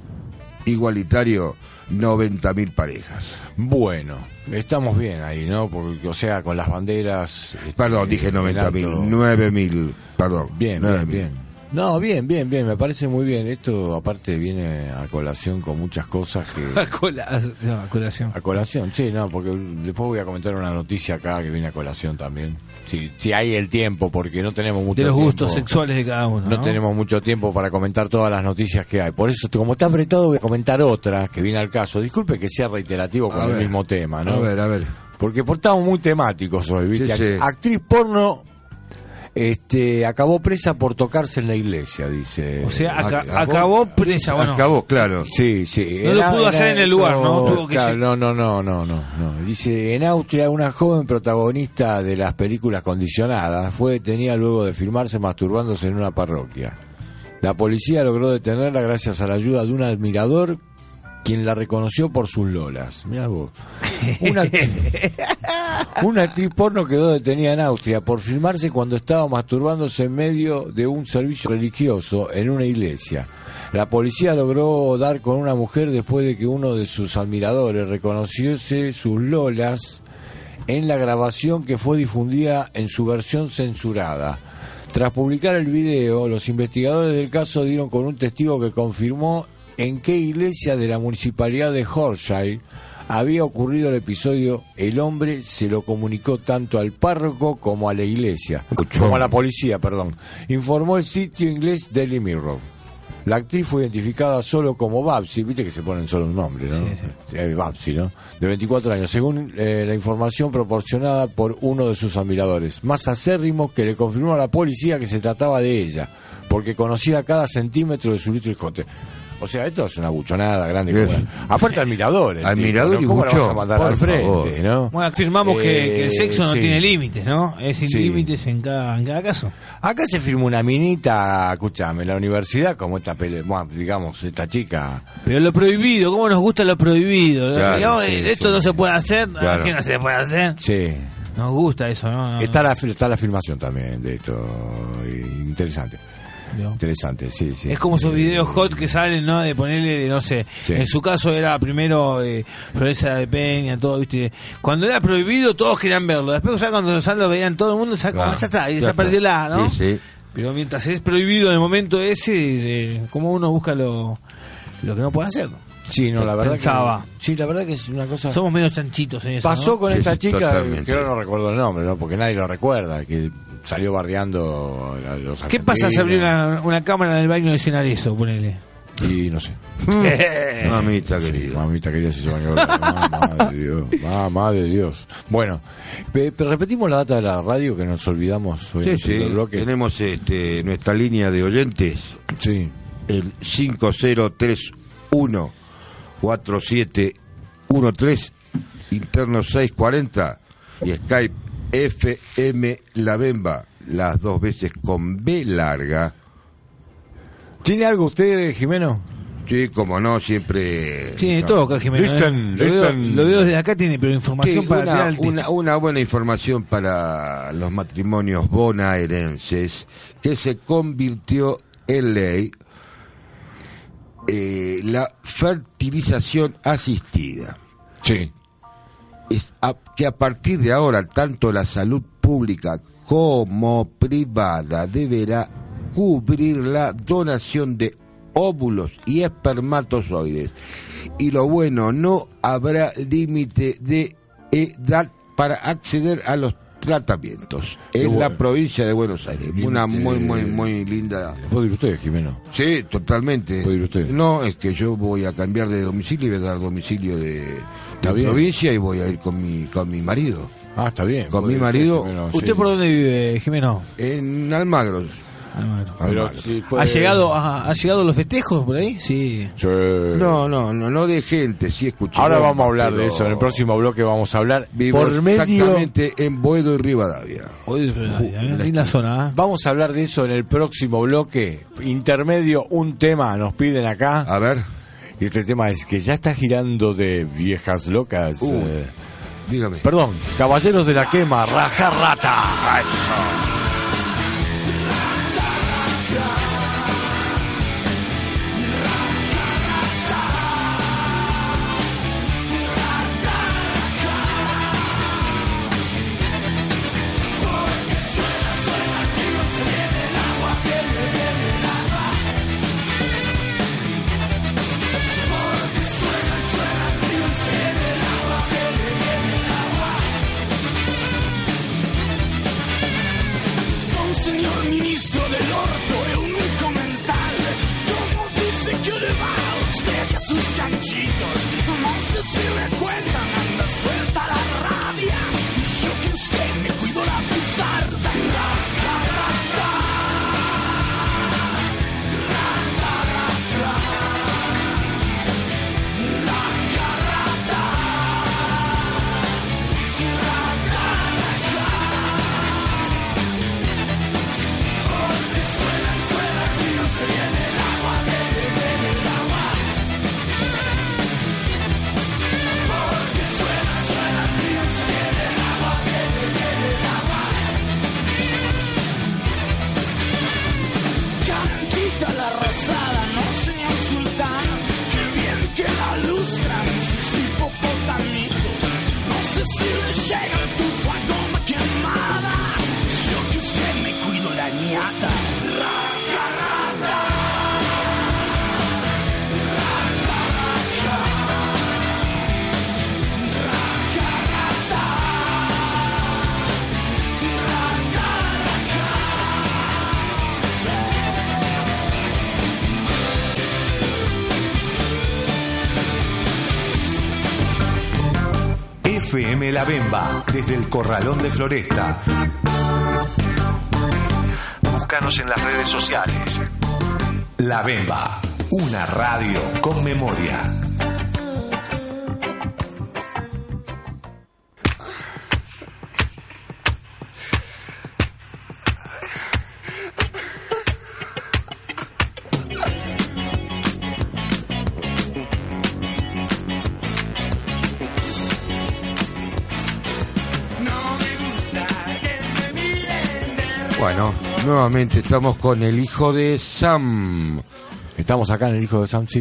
igualitario 90.000 parejas.
Bueno, estamos bien ahí, ¿no? Porque, o sea, con las banderas. este,
Perdón, dije
en
90.000,
alto.
9.000, perdón.
Bien,
9.000.
bien, bien. No, bien, bien, bien, me parece muy bien. Esto aparte viene a colación con muchas cosas que...
A cola- no, a colación.
A colación, sí, no, porque después voy a comentar una noticia acá que viene a colación también. Si, si hay el tiempo, porque no tenemos mucho
De los
tiempo.
gustos sexuales de cada uno.
No,
No,
tenemos mucho tiempo para comentar todas las noticias que hay. Por eso, como está apretado, voy a comentar otra que viene al caso. Disculpe que sea reiterativo con
A
el
ver,
mismo tema, Ah, ¿no?
A ver, a ver.
Porque por- estamos muy temáticos hoy, ¿viste?
Sí, sí.
Act- Actriz porno este, acabó presa por tocarse en la iglesia, dice.
O sea, aca-
Acabó.
acabó presa. Bueno,
Acabó, claro.
Sí, sí.
No lo pudo hacer en el lugar, ¿no? Tuvo que
claro,
lle-
no, no, no, no, no, no. Dice, en Austria una joven protagonista de las películas condicionadas fue detenida luego de filmarse masturbándose en una parroquia. La policía logró detenerla gracias a la ayuda de un admirador quien la reconoció por sus lolas. Mirá vos. Una, act- una actriz porno quedó detenida en Austria por filmarse cuando estaba masturbándose en medio de un servicio religioso en una iglesia. La policía logró dar con una mujer después de que uno de sus admiradores reconociese sus lolas en la grabación que fue difundida en su versión censurada. Tras publicar el video, los investigadores del caso dieron con un testigo que confirmó en qué iglesia de la municipalidad de Horshire había ocurrido el episodio. El hombre se lo comunicó tanto al párroco como a la iglesia, como a la policía, perdón. Informó el sitio inglés Daily Mirror. La actriz fue identificada solo como Babsi, viste que se ponen solo un nombre, ¿no? Eh, Babsi, ¿no? De 24 años, según eh, la información proporcionada por uno de sus admiradores, más acérrimos que le confirmó a la policía que se trataba de ella, porque conocía cada centímetro de su litro escote. O sea, esto es una buchonada grande. como
Es-
la- Aparte, admirador. el
Admirador
tipo, ¿no?
y
¿Cómo la vas a
buchón,
mandar
por
al frente,
favor.
no?
bueno afirmamos que, que el
Eh,
sexo no
sí.
tiene límites, ¿no? Es sin
Sí.
límites en cada, en cada caso.
Acá se firmó una minita, escúchame, la universidad, como esta, pele- bueno, digamos, esta chica.
Pero lo prohibido, ¿cómo nos gusta lo prohibido?
Claro,
Digamos, eh,
sí,
esto
sí.
no se puede hacer, ¿a
Claro.
qué no se puede hacer?
Sí.
Nos gusta eso, ¿no? No,
Ah. Está la, fil- está la filmación también de esto. eh, Interesante.
no.
Interesante, sí, sí.
Es como esos
Eh,
videos hot que salen, ¿no? De ponerle, de, no sé,
Sí.
en su caso era primero eh, Florencia de Peña, todo, ¿viste? Cuando era prohibido todos querían verlo. Después ya cuando ya lo veían todo el mundo, ya, como,
Ah,
ya está, y
ya
ya
está.
perdió la, Ah, ¿no?
Sí, sí.
Pero mientras es prohibido en el momento ese, eh, ¿cómo uno busca lo, lo que no puede hacer?
Sí, no, la verdad. que-
Pensaba.
sí, la verdad que es una cosa.
Somos medio chanchitos en eso, ¿no?
Pasó con
Sí,
esta
sí,
chica,
totalmente.
que ahora no recuerdo el nombre, ¿no? Porque nadie lo recuerda, que salió bardeando a los
¿Qué pasa si abrí
argentinos
una, una cámara en el baño de cenar eso, ponele?
Y no sé.
Mamita
Sí,
querida.
Mamita querida se hizo bañar. Mamá de Dios. Mamá de Dios. Bueno, pe- pe- repetimos la data de la radio que nos olvidamos hoy en el
Sí,
primer
sí.
bloque.
Tenemos este, nuestra línea de oyentes,
Sí.
el 5031 4713 interno 640 y Skype FM La Bemba, las dos veces con B larga.
¿Tiene algo usted, Jimeno?
Sí, como no, siempre
Tiene todo acá, Jimeno. ¿eh?
Listen,
lo, veo,
listen.
lo veo desde acá, tiene pero
Sí,
información para tirar
una,
al techo.
una- una buena información para los matrimonios bonaerenses que se convirtió en ley eh, la fertilización asistida.
Sí.
Es a- que a partir de ahora tanto la salud pública como privada deberá cubrir la donación de óvulos y espermatozoides. Y lo bueno, no habrá límite de edad para acceder a los tratamientos en
bueno.
la provincia de Buenos Aires. Una
Límite
muy, muy,
de-
muy linda.
Puede ir usted, Jimeno.
Sí, totalmente.
Puede ir usted.
No, es que yo voy a cambiar de domicilio y voy a dar domicilio de,
Está
de
bien.
provincia y voy a ir con mi, con mi marido.
Ah, está bien.
Con
Puede
mi
ir usted,
marido.
Jimeno,
¿Usted
sí.
por dónde vive, Jimeno?
En Almagro.
Pero
Armalo.
sí,
¿Ha,
puede-
llegado, ha, ha llegado los festejos por ahí? Sí.
Sí.
No, no, no, no de gente, sí escuché.
Ahora vamos a hablar de eso. En el próximo bloque vamos a hablar
Vivo
por medio.
exactamente en Boedo y Rivadavia.
Hoy linda zona. ¿eh?
Vamos a hablar de eso en el próximo bloque. Intermedio, un tema nos piden acá.
A ver,
Y este tema es que ya está girando de viejas locas.
Uy.
eh,
dígame.
perdón, Caballeros de la Quema, Raja Rata.
un señor ministro del orto è un instrumental como dice que le va a usted a sus chanchitos no sé si le cuentan anda suelta la rabia y yo que usted me cuido la pizarra cantita la rosada, no sea sultana. Qué bien que la lustran sus hipopotamitos. No sé si le llega el tufo a goma quemada. Yo que usted me cuido la ñata. Rajarada.
FM La Bemba, desde el Corralón de Floresta. Búscanos en las redes sociales. La Bemba, una radio con memoria.
Bueno, nuevamente estamos con el hijo de Sam.
Estamos acá en el hijo de Samsi.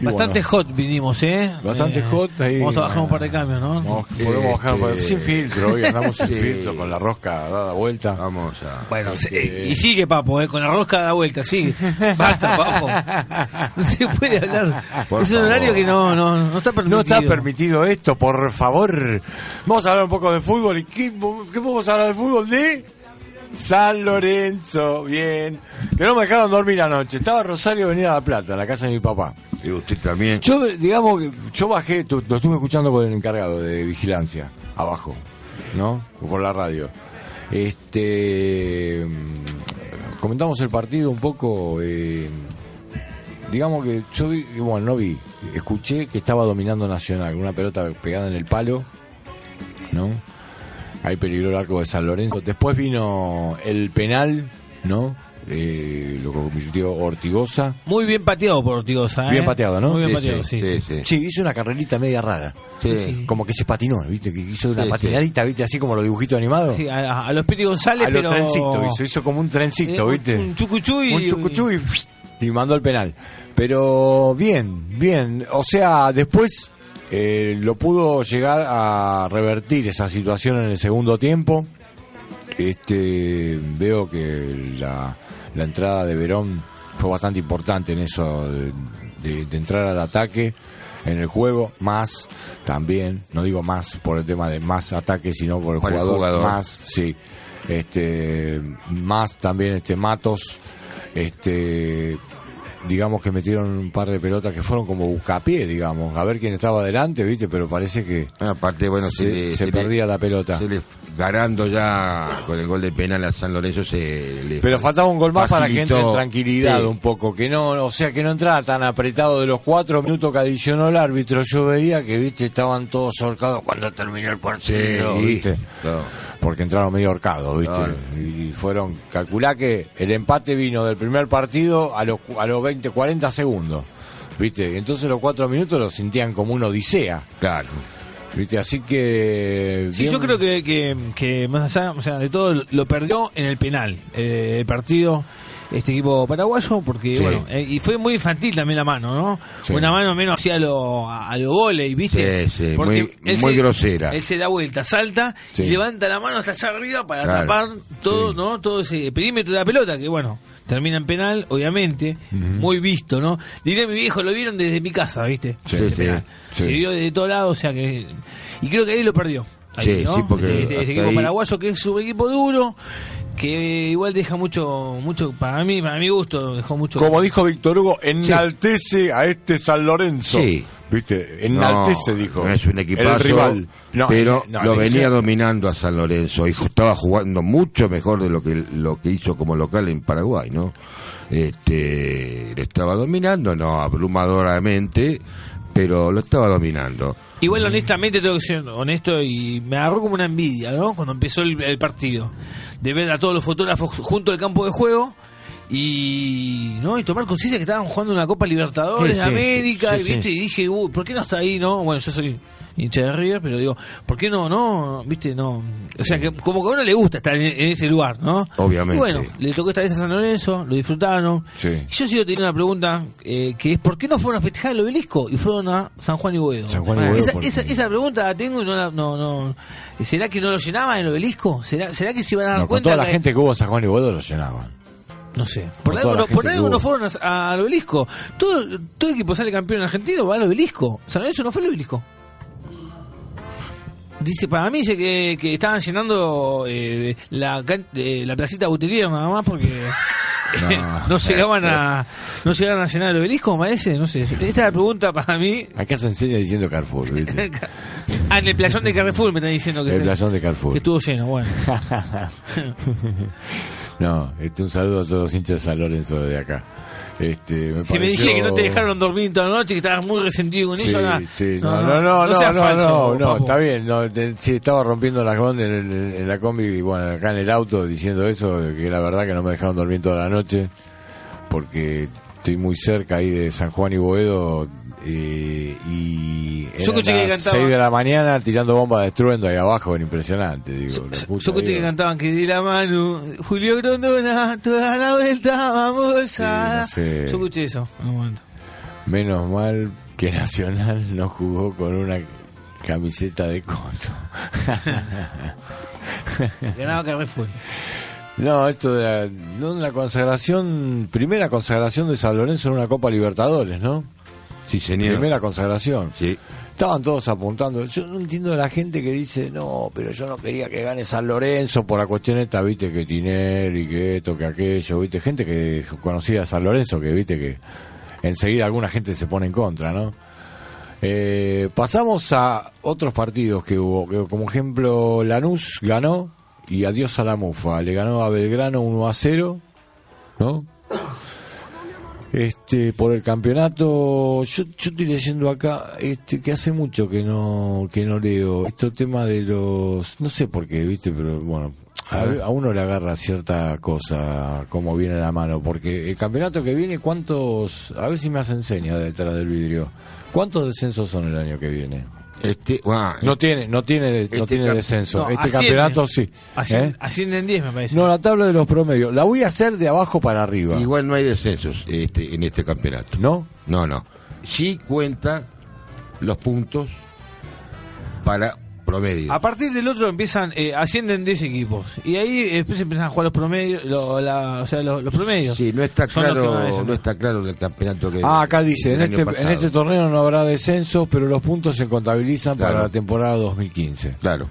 Y
Bastante
bueno,
hot vinimos, ¿eh?
Bastante
Eh,
hot. ahí-
Vamos a bajar un par de cambios, ¿no?
Vamos- podemos bajar un par de-
Este-
Sin filtro, hoy andamos sin
Sí.
filtro, con la rosca dada vuelta.
Vamos a.
Bueno, se-
Este-
y sigue Papo, ¿eh? con la rosca da vuelta, sigue. Basta, Papo. No se puede hablar.
Por
es un horario
favor.
que no, no, no está permitido.
No está permitido esto, por favor. Vamos a hablar un poco de fútbol. ¿Y qué, qué podemos hablar de fútbol? De San Lorenzo. Bien. Que no me dejaron dormir anoche. Estaba Rosario venía a La Plata, a la casa de mi papá.
Y usted también.
Yo, digamos, que yo bajé, tu- lo estuve escuchando con el encargado de vigilancia, abajo, ¿no? Por la radio. Este. mm, Comentamos el partido un poco. eh, digamos que yo vi, bueno, no vi, escuché que estaba dominando Nacional, una pelota pegada en el palo, ¿no? Ahí peligró el arco de San Lorenzo. Después vino el penal, ¿no? Eh, lo convirtió Ortigosa.
Muy bien pateado por Ortigosa. ¿eh?
Bien pateado, ¿no?
Muy bien
Sí,
pateado, sí. sí.
sí, sí.
Sí, hizo una carrerita media rara.
Sí.
Como que se patinó, ¿viste? Que hizo una
Sí,
patinadita, ¿viste? Así como los dibujitos animados.
Sí, a, a los Piti González,
a los
pero.
trencitos, hizo, hizo como un trencito,
Eh, un-
¿viste?
un chucuchú y-
Un chucuchú y, y mandó el penal. Pero bien, bien. O sea, después eh, lo pudo llegar a revertir esa situación en el segundo tiempo. Este, veo que la, la entrada de Verón fue bastante importante en eso de, de- de entrar al ataque en el juego, más también, no digo más por el tema de más ataque, sino por el
Por el
jugador,
jugador.
más, sí, este, más también este Matos, este, digamos que metieron un par de pelotas que fueron como buscapié, digamos, a ver quién estaba adelante, viste, pero parece que
Ah, Aparte, bueno, se,
se,
le-
se
le-
perdía la pelota.
se le ganando ya con el gol de penal a San Lorenzo se le
Pero faltaba un gol más para que entre en
facilitó.
tranquilidad
Sí.
un poco, que no, o sea, que no entraba tan apretado de los cuatro minutos que adicionó el árbitro. Yo veía que, viste, estaban todos ahorcados cuando terminó el
Sí,
partido, viste.
no.
Porque entraron medio ahorcados, viste.
Claro.
Y fueron, calculá que el empate vino del primer partido a los, cu- a los 20, 40 segundos, viste. Y entonces los cuatro minutos los sentían como una odisea,
Claro.
viste. Así que...
Sí,
bien-
yo creo que, que, que más allá, o sea, de todo, lo perdió en el penal eh, el partido este equipo paraguayo, porque,
Sí.
bueno, eh, y fue muy infantil también la mano, ¿no?
Sí.
Una mano menos hacia lo, a, a lo volei, ¿viste?
Sí, sí,
Porque
muy- muy grosera.
Él se da vuelta, salta
Sí.
y levanta la mano hasta allá arriba para
Claro.
tapar todo,
Sí.
¿no? Todo ese perímetro de la pelota, que, bueno. Termina en penal, obviamente, muy visto, ¿no? Diré mi viejo, lo vieron desde mi casa, ¿viste?
Sí,
Ese
sí,
penal.
sí.
Se vio de todo lado, o sea que. Y creo que ahí lo perdió. Ahí,
Sí,
¿no?
sí, porque
Este- este
hasta
equipo
ahí-
paraguayo que es un equipo duro, que igual deja mucho, mucho para mí, para mi gusto, dejó mucho.
Como dijo Víctor Hugo, enaltece a este San Lorenzo.
Sí.
¿Viste? Enaltece,
No,
dijo.
No es un equipazo,
El rival. No, eh,
pero
no,
lo
le
venía
hicieron-
dominando a San Lorenzo y ju- estaba jugando mucho mejor de lo que lo que hizo como local en Paraguay, ¿no? Este, lo estaba dominando, no abrumadoramente, pero lo estaba dominando.
Igual honestamente tengo que ser honesto y me agarró como una envidia, ¿no? Cuando empezó el, el partido. De ver a todos los fotógrafos junto al campo de juego y no y tomar conciencia que estaban jugando una Copa Libertadores
Sí,
de
sí,
América
sí,
y
sí,
viste
sí.
y dije "Uy, ¿por qué no está ahí no bueno yo soy hincha de River pero digo ¿por qué no no viste no o sea que como que a uno le gusta estar en, en ese lugar no
Obviamente.
Y bueno le tocó esta vez a San Lorenzo lo disfrutaron
Sí.
yo sigo teniendo una pregunta eh, que es ¿por qué no fueron a festejar el obelisco y fueron a San Juan y Boedo? Ah,
San Juan y Boedo,
Esa,
porque-
esa- esa pregunta la tengo y no la- no, no. ¿Será que no lo llenaban el obelisco? ¿Será, será que se iban a dar
No, con
cuenta?
toda la
que-
gente que hubo en San Juan y Bodo lo llenaban.
No sé. Por
con
algo,
toda la
no, por
gente
algo
que
no
hubo.
fueron a- a- al obelisco. Todo, todo equipo sale campeón argentino va al obelisco. San Lorenzo no fue al obelisco. Dice, para mí dice que, que estaban llenando eh, la, can- eh, la placita butelier nada más porque no, llegaban a no llegaban a llenar el obelisco, me parece, no sé. Esa es la pregunta para mí.
Acá se enseña diciendo Carrefour, ¿viste?
ah, en el playón de Carrefour me están diciendo que,
El
está-
playón de
que
Carrefour.
estuvo lleno, bueno.
no, este, un saludo a todos los hinchas de San Lorenzo de acá. Este, me
Si me
pareció-
dije que no te dejaron dormir toda la noche, que estabas muy resentido con
Sí,
eso, nada.
sí, no, no, no, no, no,
seas
no,
falso,
no,
papo.
está bien. No, te- sí, estaba rompiendo las gondas en, el- en la combi y bueno, acá en el auto diciendo eso, que la verdad que no me dejaron dormir toda la noche, porque estoy muy cerca ahí de San Juan y Boedo eh, y
Yo escuché que
eran las
cantaban.
6 de la mañana tirando bombas de estruendo ahí abajo, era impresionante. Digo, la
Yo
puta,
escuché que
digo.
cantaban que di la mano, Julio Grondona, toda la vuelta, vamos a...
Sí, no sé.
Yo escuché eso. en un momento.
Menos mal que Nacional no jugó con una camiseta de coto.
Ganaba Carrefour.
No, esto de la, no, la consagración, primera consagración de San Lorenzo en una Copa Libertadores, ¿no?
Sí, señor.
Primera consagración.
Sí.
Estaban todos apuntando. Yo no entiendo a la gente que dice, no, pero yo no quería que gane San Lorenzo por la cuestión esta, viste, que Tinelli, que esto, que aquello, viste, gente que conocía a San Lorenzo, que viste que enseguida alguna gente se pone en contra, ¿no? Eh, pasamos a otros partidos que hubo, que como ejemplo Lanús ganó y adiós a la mufa, le ganó a Belgrano 1 a 0, ¿no? Este, por el campeonato, yo, yo estoy leyendo acá, este, que hace mucho que no, que no leo, este tema de los, no sé por qué, viste, pero bueno, a, a uno le agarra cierta cosa, como viene a la mano, porque el campeonato que viene, cuántos, a ver si me hace enseña detrás del vidrio, cuántos descensos son el año que viene.
Este, ah,
No tiene, no tiene, no
Este
tiene
cam-
descenso,
No,
este
asciende.
campeonato sí.
Ascienden
¿Eh?
ascienden 10, me parece.
No, la tabla de los promedios, la voy a hacer de abajo para arriba,
igual no hay descensos este, en este campeonato.
¿no?
No, no. Sí cuenta los puntos para promedio.
A
Ah,
partir del otro empiezan, eh, ascienden 10 equipos. Y ahí eh, después empiezan a jugar los promedios, lo- la- o sea, los, los promedios.
Sí, no está
Son los que van a
claro,
descender.
no está claro el campeonato que
Ah, acá dice, en
del Eh, año
este, en
pasado.
este torneo no habrá descensos, pero los puntos se contabilizan
Claro.
para la temporada 2015.
Claro.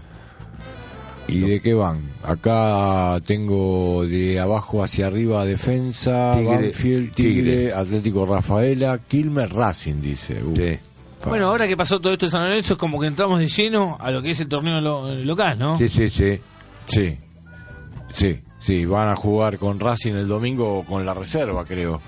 ¿Y de qué van? Acá tengo de abajo hacia arriba Defensa,
Tigre,
Banfield, Tigre,
Tigre.
Atlético Rafaela, Quilmes, Racing, dice. Uh,
Sí.
Bueno, ahora que pasó todo esto en San Lorenzo, es como que entramos de lleno a lo que es el torneo lo- eh, local, ¿no?
Sí, sí, sí.
Sí, sí, sí, van a jugar con Racing el domingo o con la reserva, creo.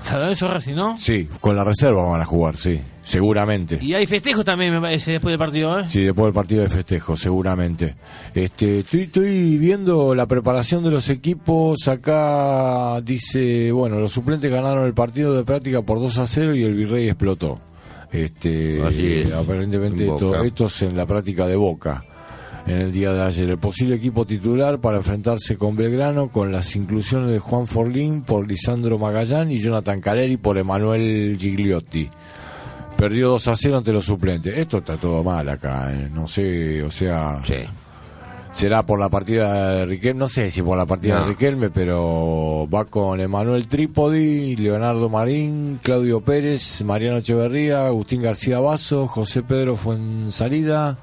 San Lorenzo Racing, ¿no?
Sí, con la reserva van a jugar, sí, seguramente.
Y hay festejos también, me parece, después del partido, ¿eh?
Sí, después del partido de festejo, seguramente. Este, estoy, estoy viendo la preparación de los equipos. Acá dice, bueno, los suplentes ganaron el partido de práctica por 2 a 0 y el virrey explotó. Este,
Así es,
eh, aparentemente
en
esto,
Boca.
esto es en la práctica de Boca. En el día de ayer, el posible equipo titular para enfrentarse con Belgrano con las inclusiones de Juan Forlín por Lisandro Magallán y Jonathan Caleri por Emanuel Gigliotti. Perdió 2 a 0 ante los suplentes. Esto está todo mal acá, eh. no sé, o sea,
Sí.
será por la partida de Riquelme, no sé si por la partida
No.
de Riquelme, pero va con Emanuel Trípodi, Leonardo Marín, Claudio Pérez, Mariano Echeverría, Agustín García Basso, José Pedro Fuensalida.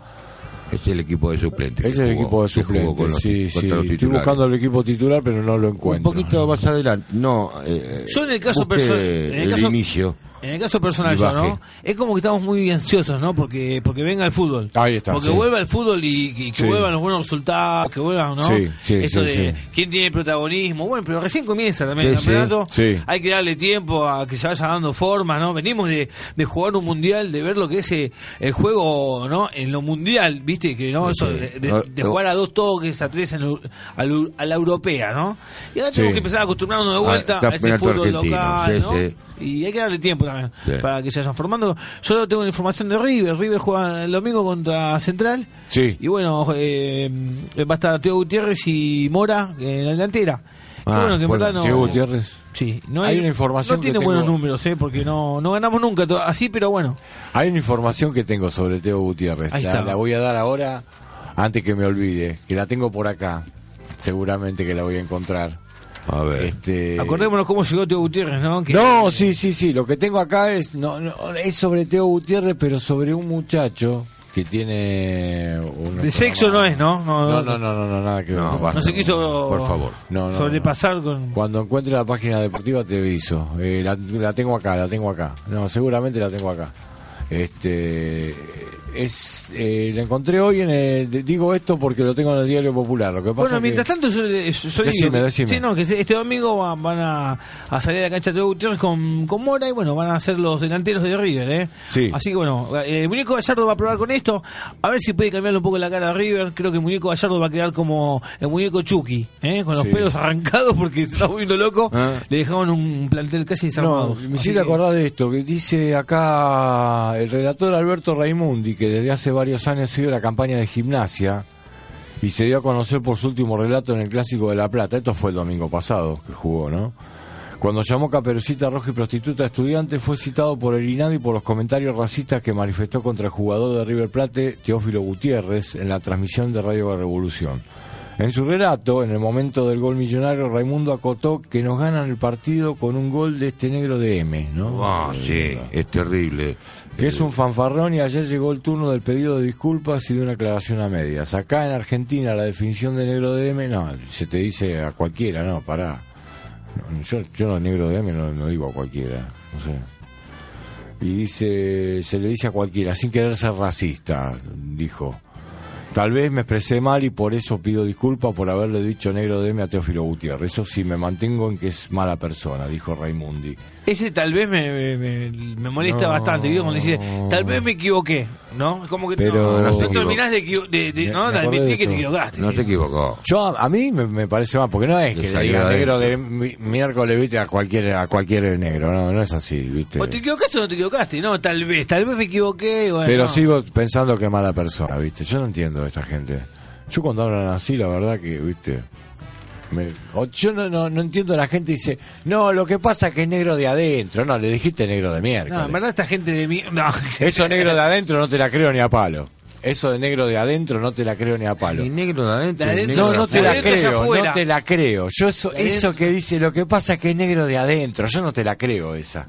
Es el equipo de suplentes. que
Ese es el
jugó-
equipo de
que jugó
suplentes,
con los-
sí,
contra
sí.
los
Estoy
titulares.
buscando el equipo titular, pero no lo
Un
encuentro.
poquito más adelante. No, eh,
Yo en el caso
busque
personal- en el
el
caso-
inicio.
En el caso personal
Y
yo,
baje.
¿no? Es como que estamos muy ansiosos, ¿no? Porque porque venga el fútbol.
Ahí está,
Porque
sí.
vuelva el fútbol y, y que
Sí.
vuelvan los buenos resultados, que vuelvan, ¿no?
Sí, sí,
Esto
sí,
de
sí.
quién tiene protagonismo. Bueno, pero recién comienza también el
Sí, sí.
campeonato.
Sí.
Hay que darle tiempo a que se vaya dando forma, ¿no? Venimos de, de jugar un mundial, de ver lo que es eh, el juego, ¿no? En lo mundial, ¿viste? Que no, eso de, de-
No,
de
Ah,
no.
oh.
jugar a dos toques, a tres, en lo- a, lo- a la europea, ¿no? Y ahora
Sí. Ah,
tenemos que empezar a acostumbrarnos de vuelta a, este
campeonato
fútbol
argentino,
local,
sí,
¿no?
sí.
Y hay que darle tiempo también
Sí.
para que se vayan formando. Yo tengo la información de River. River juega el domingo contra Central.
Sí.
Y bueno, eh, va a estar Teo Gutiérrez y Mora en la delantera. Qué
Ah,
bueno, que en
bueno,
verdad no,
Diego Gutiérrez.
Sí, no
Hay una información
no
que
tiene
tengo-
buenos números, eh, porque no, no ganamos nunca to- así, pero bueno.
Hay una información que tengo sobre Teo Gutiérrez.
Ahí
La,
está.
la voy a dar ahora, antes que me olvide, que la tengo por acá. Seguramente que la voy a encontrar.
A ver.
Este...
Acordémonos cómo llegó Teo Gutiérrez, ¿no? Que-
No, sí, sí, sí. Lo que tengo acá es no, no, es sobre Teo Gutiérrez, pero sobre un muchacho que tiene. un
De sexo no
programa-
es, ¿no? No,
No, no, no, no, no, nada que ver.
No, basta.
No se quiso
Por favor.
No, no,
sobrepasar con.
Cuando encuentre la página deportiva te aviso. Eh, la, la tengo acá, la tengo acá. No, seguramente la tengo acá. Este es eh, la encontré hoy en el, de- digo esto porque lo tengo en el diario popular. Lo que pasa
Bueno,
que-
mientras tanto, yo, le- yo- yo
Decime,
digo que-
decime.
Sí, no, que se- este domingo van, van a, a salir a la cancha de Gutiérrez con, con Mora y bueno, van a ser los delanteros de River, ¿eh?
Sí.
Así que bueno, eh, Muñeco Gallardo va a probar con esto, a ver si puede cambiarle un poco la cara a River. Creo que Muñeco Gallardo va a quedar como el muñeco Chucky, ¿eh? Con los
Sí.
pelos arrancados porque se está volviendo loco.
Ah.
Le dejaban un plantel casi desarmado.
No, me hiciste acordar de esto, que dice acá el relator Alberto Raimundi, que desde hace varios años sigue la campaña de gimnasia y se dio a conocer por su último relato en el Clásico de La Plata. Esto fue el domingo pasado que jugó, ¿no? Cuando llamó Caperucita Roja y Prostituta Estudiante, fue citado por el INADI por los comentarios racistas que manifestó contra el jugador de River Plate, Teófilo Gutiérrez, en la transmisión de Radio Revolución. En su relato, en el momento del gol millonario, Raimundo acotó que nos ganan el partido con un gol de este negro de M, ¿no? Eh,
Ah, sí, es terrible.
Que es un fanfarrón y ayer llegó el turno del pedido de disculpas y de una aclaración a medias. Acá en Argentina la definición de negro de M, no, se te dice a cualquiera, no, pará. No, Yo, yo no negro de M no, no digo a cualquiera, no sé. Y dice, se le dice a cualquiera, sin querer ser racista, dijo. Tal vez me expresé mal y por eso pido disculpas por haberle dicho negro de M a Teófilo Gutiérrez. Eso sí, me mantengo en que es mala persona, dijo Raimundi.
Ese tal vez me, me- me- me molesta
No.
bastante, ¿vio? Cuando dice, tal vez me equivoqué, ¿no? Como que
Pero-
no,
No se
no terminás de, equivo- de, de-
Me-
¿no?
me
de
acordé
admitir
de
que te
esto.
equivocaste.
No se equivocó.
Yo a, a mí me, me parece mal, porque no es
Le
que le
salió
digan
adentro.
negro de mi- miércoles, viste, a cualquier, a cualquier negro, no, no es así, viste.
O te equivocaste o no te equivocaste, no, tal vez, tal vez me equivoqué. bueno,
Pero
no.
sigo pensando que es mala persona, viste. Yo no entiendo a esta gente. Yo cuando hablan así, la verdad que, viste. me- o yo no, no, no entiendo a la gente dice, no, lo que pasa es que es negro de adentro. No, le dijiste negro de
No,
miércoles.
en verdad esta gente de mí. No,
Eso negro de adentro no te la creo ni a palo. Eso de negro de adentro no te la creo ni a palo.
Y negro de adentro.
De
y
adentro
negro
No,
de
no te la
afuera.
adentro es
creo,
afuera.
no te la creo. Yo eso,
adentro-
eso que dice, lo que pasa es que es negro de adentro, yo no te la creo esa.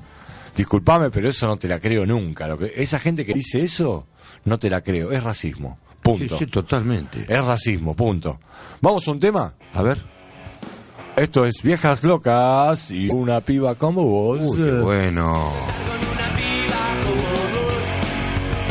Disculpame, pero eso no te la creo nunca. Lo que, esa gente que dice eso, no te la creo. Es racismo.
Sí,
Punto.
sí, totalmente.
Es racismo, punto. Vamos a un tema.
A ver.
Esto es Viejas Locas y una piba como vos.
Uy, qué bueno.
Con una piba como vos,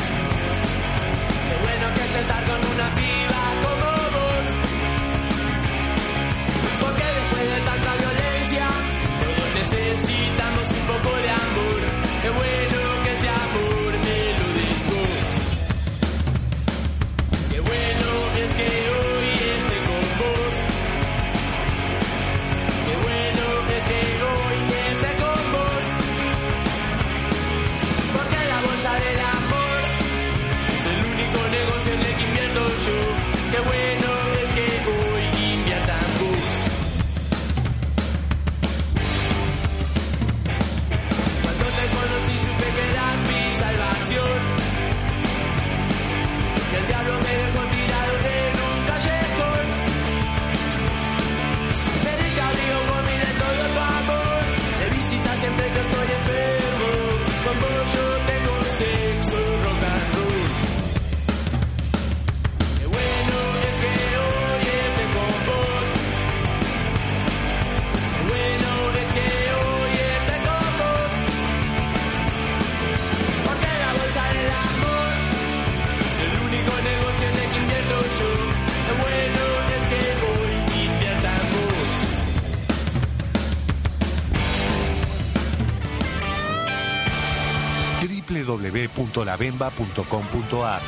www.labemba.com.ar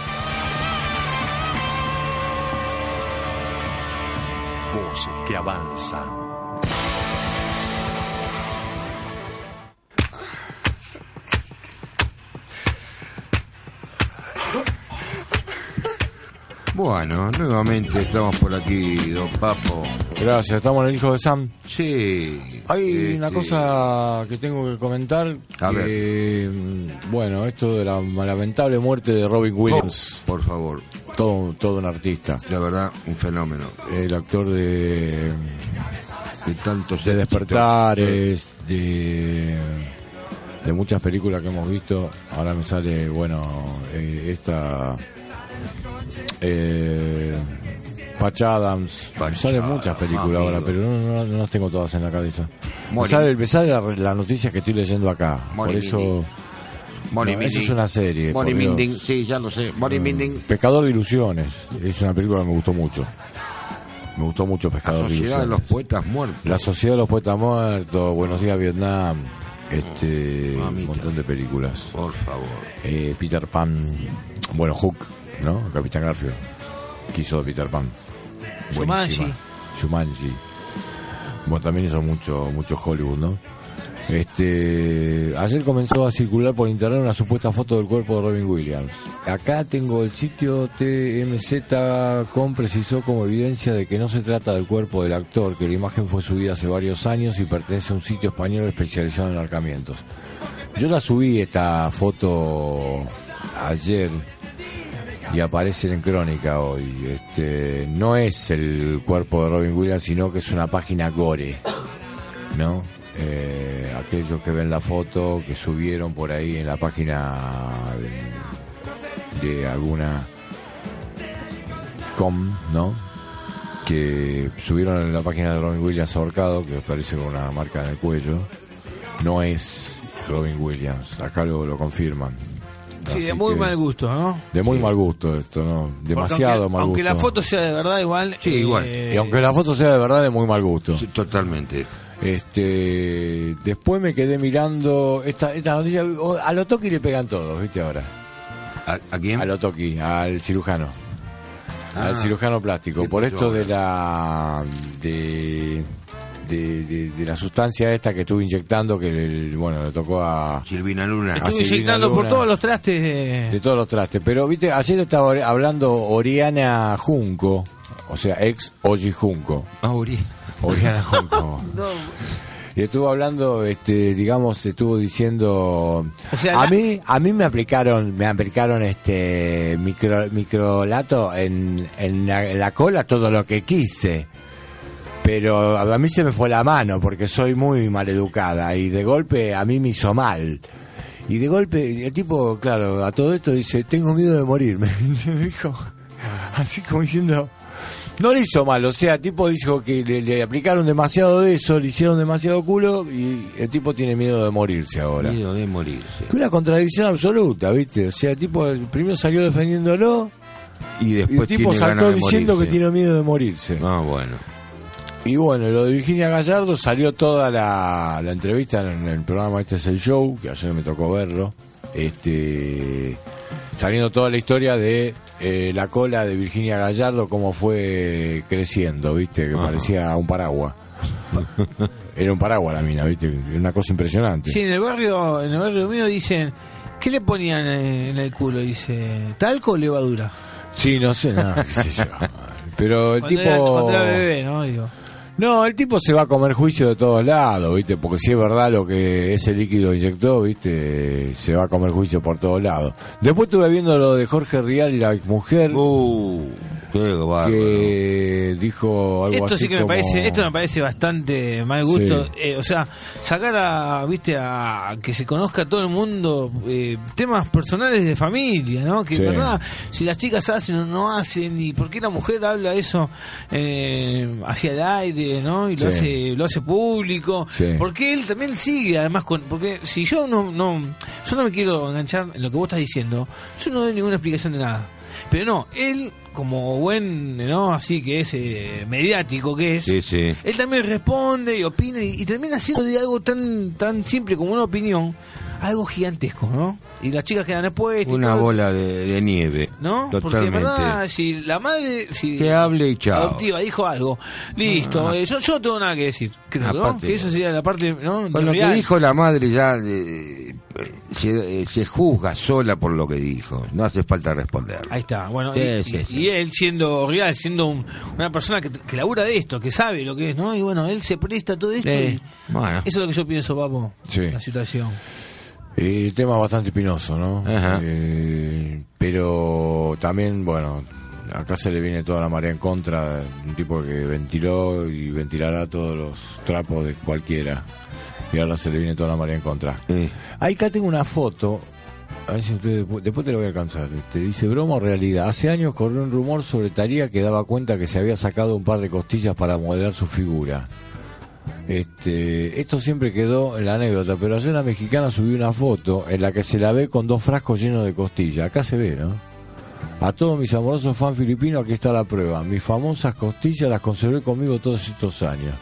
Voces que avanzan.
Bueno, nuevamente estamos por aquí, don Papo.
Gracias, estamos en el hijo de Sam.
Sí.
Hay
este,
una cosa que tengo que comentar.
A
que, mm, Bueno, esto de la lamentable muerte de Robin Williams,
eh, Por favor,
todo, todo un artista.
la verdad, un fenómeno.
El actor de,
De tantos
de eh.
éxitos.
Despertares, de, de muchas películas que hemos visto. Ahora me sale, bueno, eh, esta. Eh, Patch Adams. Me
Patch
salen
Adams,
muchas películas
amigo.
ahora, pero no, no- no las tengo todas en la cabeza. Me
Mori.
sale, me sale la, la noticia que estoy leyendo acá.
Mori
Por eso.
Mini. Moni
No, eso
Minding.
es una serie,
Moni
por Dios. Mm.
Minding, sí, ya lo sé. Moni Minding,
Pescador de Ilusiones. Es una película que me gustó mucho. Me gustó mucho Pescador de
Sociedad de
Ilusiones.
los Poetas Muertos.
La Sociedad de los Poetas Muertos, Buenos Días Vietnam, este, un
Mamita.
montón de películas.
Por favor.
Eh, Peter Pan, bueno, Hook, ¿no? Capitán Garfio, quiso Peter Pan. Buenísima. Shumanji. Bueno, también hizo mucho, mucho Hollywood, ¿no? Este, ayer comenzó a circular por internet una supuesta foto del cuerpo de Robin Williams. Acá tengo el sitio TMZ.com precisó como evidencia de que no se trata del cuerpo del actor, que la imagen fue subida hace varios años y pertenece a un sitio español especializado en arcamientos. Yo la subí esta foto ayer y aparece en Crónica hoy. Este, no es el cuerpo de Robin Williams, sino que es una página gore, ¿no? Eh, aquellos que ven la foto que subieron por ahí en la página de, de alguna com, ¿no? Que subieron en la página de Robin Williams ahorcado, que aparece con una marca en el cuello. No es Robin Williams, acá lo, lo confirman.
Sí, de
Así
muy
que-
mal gusto, ¿no?
de muy mal gusto esto, ¿no?
Porque
Demasiado
aunque,
mal
Aunque
gusto.
la foto sea de verdad, igual. eh,
Sí, igual.
Y aunque la foto sea de verdad, de muy mal gusto.
Sí, totalmente.
Este, después me quedé mirando esta, esta noticia. o- A lo toqui le pegan todos, ¿viste ahora?
¿A, a quién?
A lo toqui, al cirujano. al
Ah.
cirujano plástico.
¿Qué
Por
pasó
esto de la. De, de, de- de la sustancia esta que estuve inyectando, que el- bueno, le tocó a.
Silvina Luna.
Ah,
Estuve
Silvina
inyectando por
Luna.
todos los trastes. eh, de-
De todos los trastes. Pero, viste, ayer estaba or- hablando Oriana Junco, o sea, ex Oji Junco.
Ah, Uri.
Oriana Junco. Y estuvo hablando, este, digamos, estuvo diciendo,
O sea,
a
la-
mí, a mí me aplicaron, me aplicaron este micro, microlato en, en la, en la cola todo lo que quise, pero a mí se me fue la mano porque soy muy maleducada y de golpe a mí me hizo mal. Y de golpe, el tipo, claro, a todo esto dice, tengo miedo de morirme. Me dijo, así como diciendo, no le hizo mal, o sea, el tipo dijo que le, le aplicaron demasiado de eso, le hicieron demasiado culo y el tipo tiene miedo de morirse ahora.
Miedo de morirse.
Una contradicción absoluta, ¿viste? O sea, el tipo primero salió defendiéndolo
Y
y el
después
tipo
tiene
saltó
ganas de
diciendo que
morirse.
tiene miedo de morirse.
Ah, bueno.
Y bueno, lo de Virginia Gallardo salió toda la, la entrevista en el programa Este es el Show, que ayer me tocó verlo. Este, saliendo toda la historia de eh, la cola de Virginia Gallardo, cómo fue creciendo, ¿viste? Que
Ajá.
parecía un paraguas. Era un paraguas la mina, ¿viste? Era una cosa impresionante.
Sí, en el barrio, en el barrio mío dicen. ¿Qué le ponían eh, en el culo? Dice, ¿talco o levadura?
Sí, no sé nada, qué sé yo. Pero el
Cuando
tipo.
era- cuando era bebé, ¿no? Digo.
No, el tipo se va a comer juicio de todos lados, ¿viste? Porque si es verdad lo que ese líquido inyectó, ¿viste? Se va a comer juicio por todos lados. Después estuve viendo lo de Jorge Rial y la mujer
Uh, qué bárbaro.
que dijo algo
Esto
así
sí que me
como-
parece, esto me parece bastante mal gusto.
Sí.
Eh, o sea, sacar a, viste, a que se conozca a todo el mundo eh, temas personales de familia, ¿no? Que
Sí.
verdad, si las chicas hacen o no hacen y por qué la mujer habla eso eh, hacia el aire, ¿no? Y lo
Sí.
hace, lo hace público.
Sí.
Porque él también sigue, además, con, porque si yo no, no, yo no me quiero enganchar en lo que vos estás diciendo, yo no doy ninguna explicación de nada. Pero no, él, como buen, ¿no? Así que es eh, mediático que es,
Sí, sí.
él también responde y opina y, y termina haciendo de algo tan, tan simple como una opinión, algo gigantesco, ¿no? Y las chicas quedan expuestas. y
Una
todo,
bola de, de nieve.
Este ¿No? Porque en
Totalmente.
verdad, si la madre. Si
Que hable y chao.
Adoptiva dijo algo. Listo, eh, yo, yo no tengo nada que decir. Creo, ¿no?
Ah. Aparte-
Que esa sería la parte. ¿no?
Con lo que
Real.
dijo la madre ya eh, se, eh, se juzga sola por lo que dijo. No hace falta responder.
Ahí está, bueno,
Sí,
y,
sí, sí.
y él siendo real, siendo un- una persona que, que labura de esto, que sabe lo que es, ¿no? Y bueno, él se presta a todo esto.
Eh,
y-
bueno.
Eso es lo que yo pienso, papo.
Sí.
La situación.
Y Eh, tema bastante espinoso, ¿no?
Ajá.
Eh, pero también, bueno, acá se le viene toda la marea en contra, un tipo que ventiló y ventilará todos los trapos de cualquiera. Y ahora se le viene toda la marea en contra.
Eh,
Ahí acá tengo una foto. A ver si ustedes, despu- después te lo voy a alcanzar. Te dice broma o realidad. Hace años corrió un rumor sobre Taría que daba cuenta que se había sacado un par de costillas para modelar su figura. Este, esto siempre quedó en la anécdota, pero ayer una mexicana subió una foto en la que se la ve con dos frascos llenos de costillas. Acá se ve, ¿no? A todos mis amorosos fans filipinos, aquí está la prueba. Mis famosas costillas las conservé conmigo todos estos años.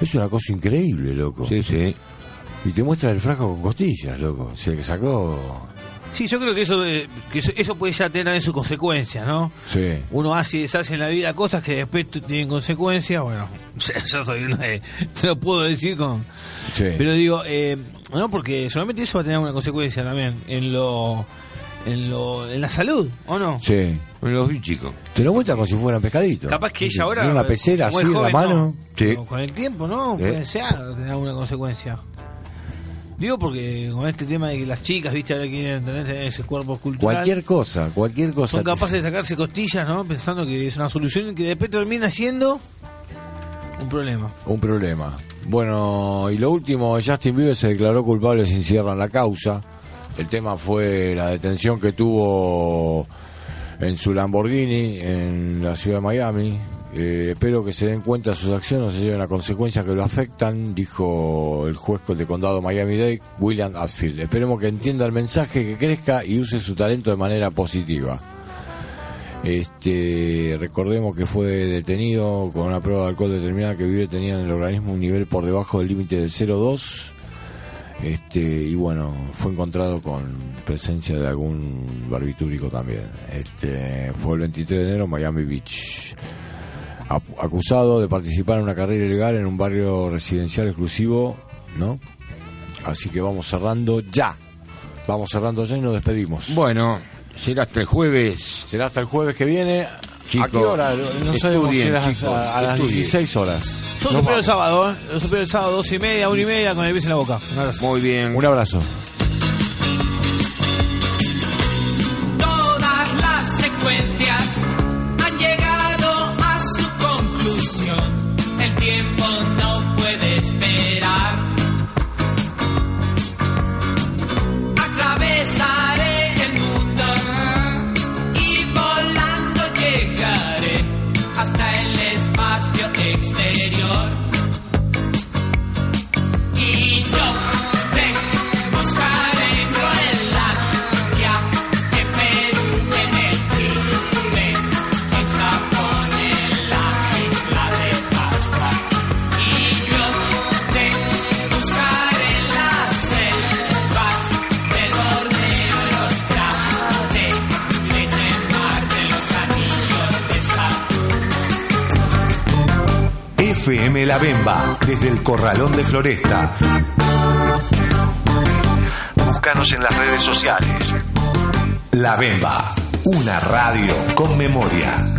Es una cosa increíble, loco.
sí, sí.
Y te muestra el frasco con costillas, loco. Se le sacó.
Sí, yo creo que eso, eh, que eso, eso puede ya tener también sus consecuencias, ¿no?
Sí.
Uno hace y deshace en la vida cosas que después t- tienen consecuencias. Bueno, yo soy uno de. Te lo puedo decir con.
Sí.
Pero digo, eh, no, porque solamente eso va a tener una consecuencia también en lo. En, lo, en la salud, ¿o no?
Sí.
Lo vi, chico.
Te lo muestra como si fuera un pescadito.
Capaz que ella
Tiene
ahora. eh,
una pecera
como
así
es
en la
joven,
mano.
no.
Sí.
Pero Con el tiempo, ¿no? Puede ser, tener alguna consecuencia. Digo porque con este tema de que las chicas, viste, ahora quieren tener ese cuerpo cultural.
Cualquier cosa, cualquier cosa.
son capaces de sacarse costillas, ¿no? Pensando que es una solución que después termina siendo un problema.
Un problema. Bueno, y lo último, Justin Bieber se declaró culpable sin cierran la causa. El tema fue la detención que tuvo en su Lamborghini en la ciudad de Miami. Eh, espero que se den cuenta de sus acciones, se lleven a consecuencias que lo afectan, dijo el juez de condado Miami-Dade, William Asfield. Esperemos que entienda el mensaje, que crezca y use su talento de manera positiva. Este, recordemos que fue detenido con una prueba de alcohol determinada que vive tenía en el organismo un nivel por debajo del límite del 0,2. Este, y bueno, fue encontrado con presencia de algún barbitúrico también. Este, fue el 23 de enero en Miami Beach. Ap- Acusado de participar en una carrera ilegal en un barrio residencial exclusivo, ¿no? Así que vamos cerrando ya. Vamos cerrando ya y nos despedimos.
Bueno, será hasta el jueves.
Será hasta el jueves que viene. ¿A
Chicos,
qué hora? No sabemos si
estudien,
es a, las-
chicos,
a- a las
estudien.
16 horas.
Yo supero el sábado, ¿eh? Yo supero el sábado, dos y media, una y media, con el beso en la boca. Un abrazo.
Muy bien.
Un abrazo.
Todas las secuencias han llegado a su conclusión. El tiempo no puede esperar. Atravesaré el mundo y volando llegaré hasta el espacio exterior. Y yo te buscaré en Groenlandia, en Perú, en el Tíbet, en Japón, en la isla de Pascua. Y yo te buscaré en las selvas del Borneo, los trate, en el mar de los anillos de Saturno.
FM La Bemba, desde el Corralón de Floresta. Búscanos en las redes sociales. La Bemba, una radio con memoria.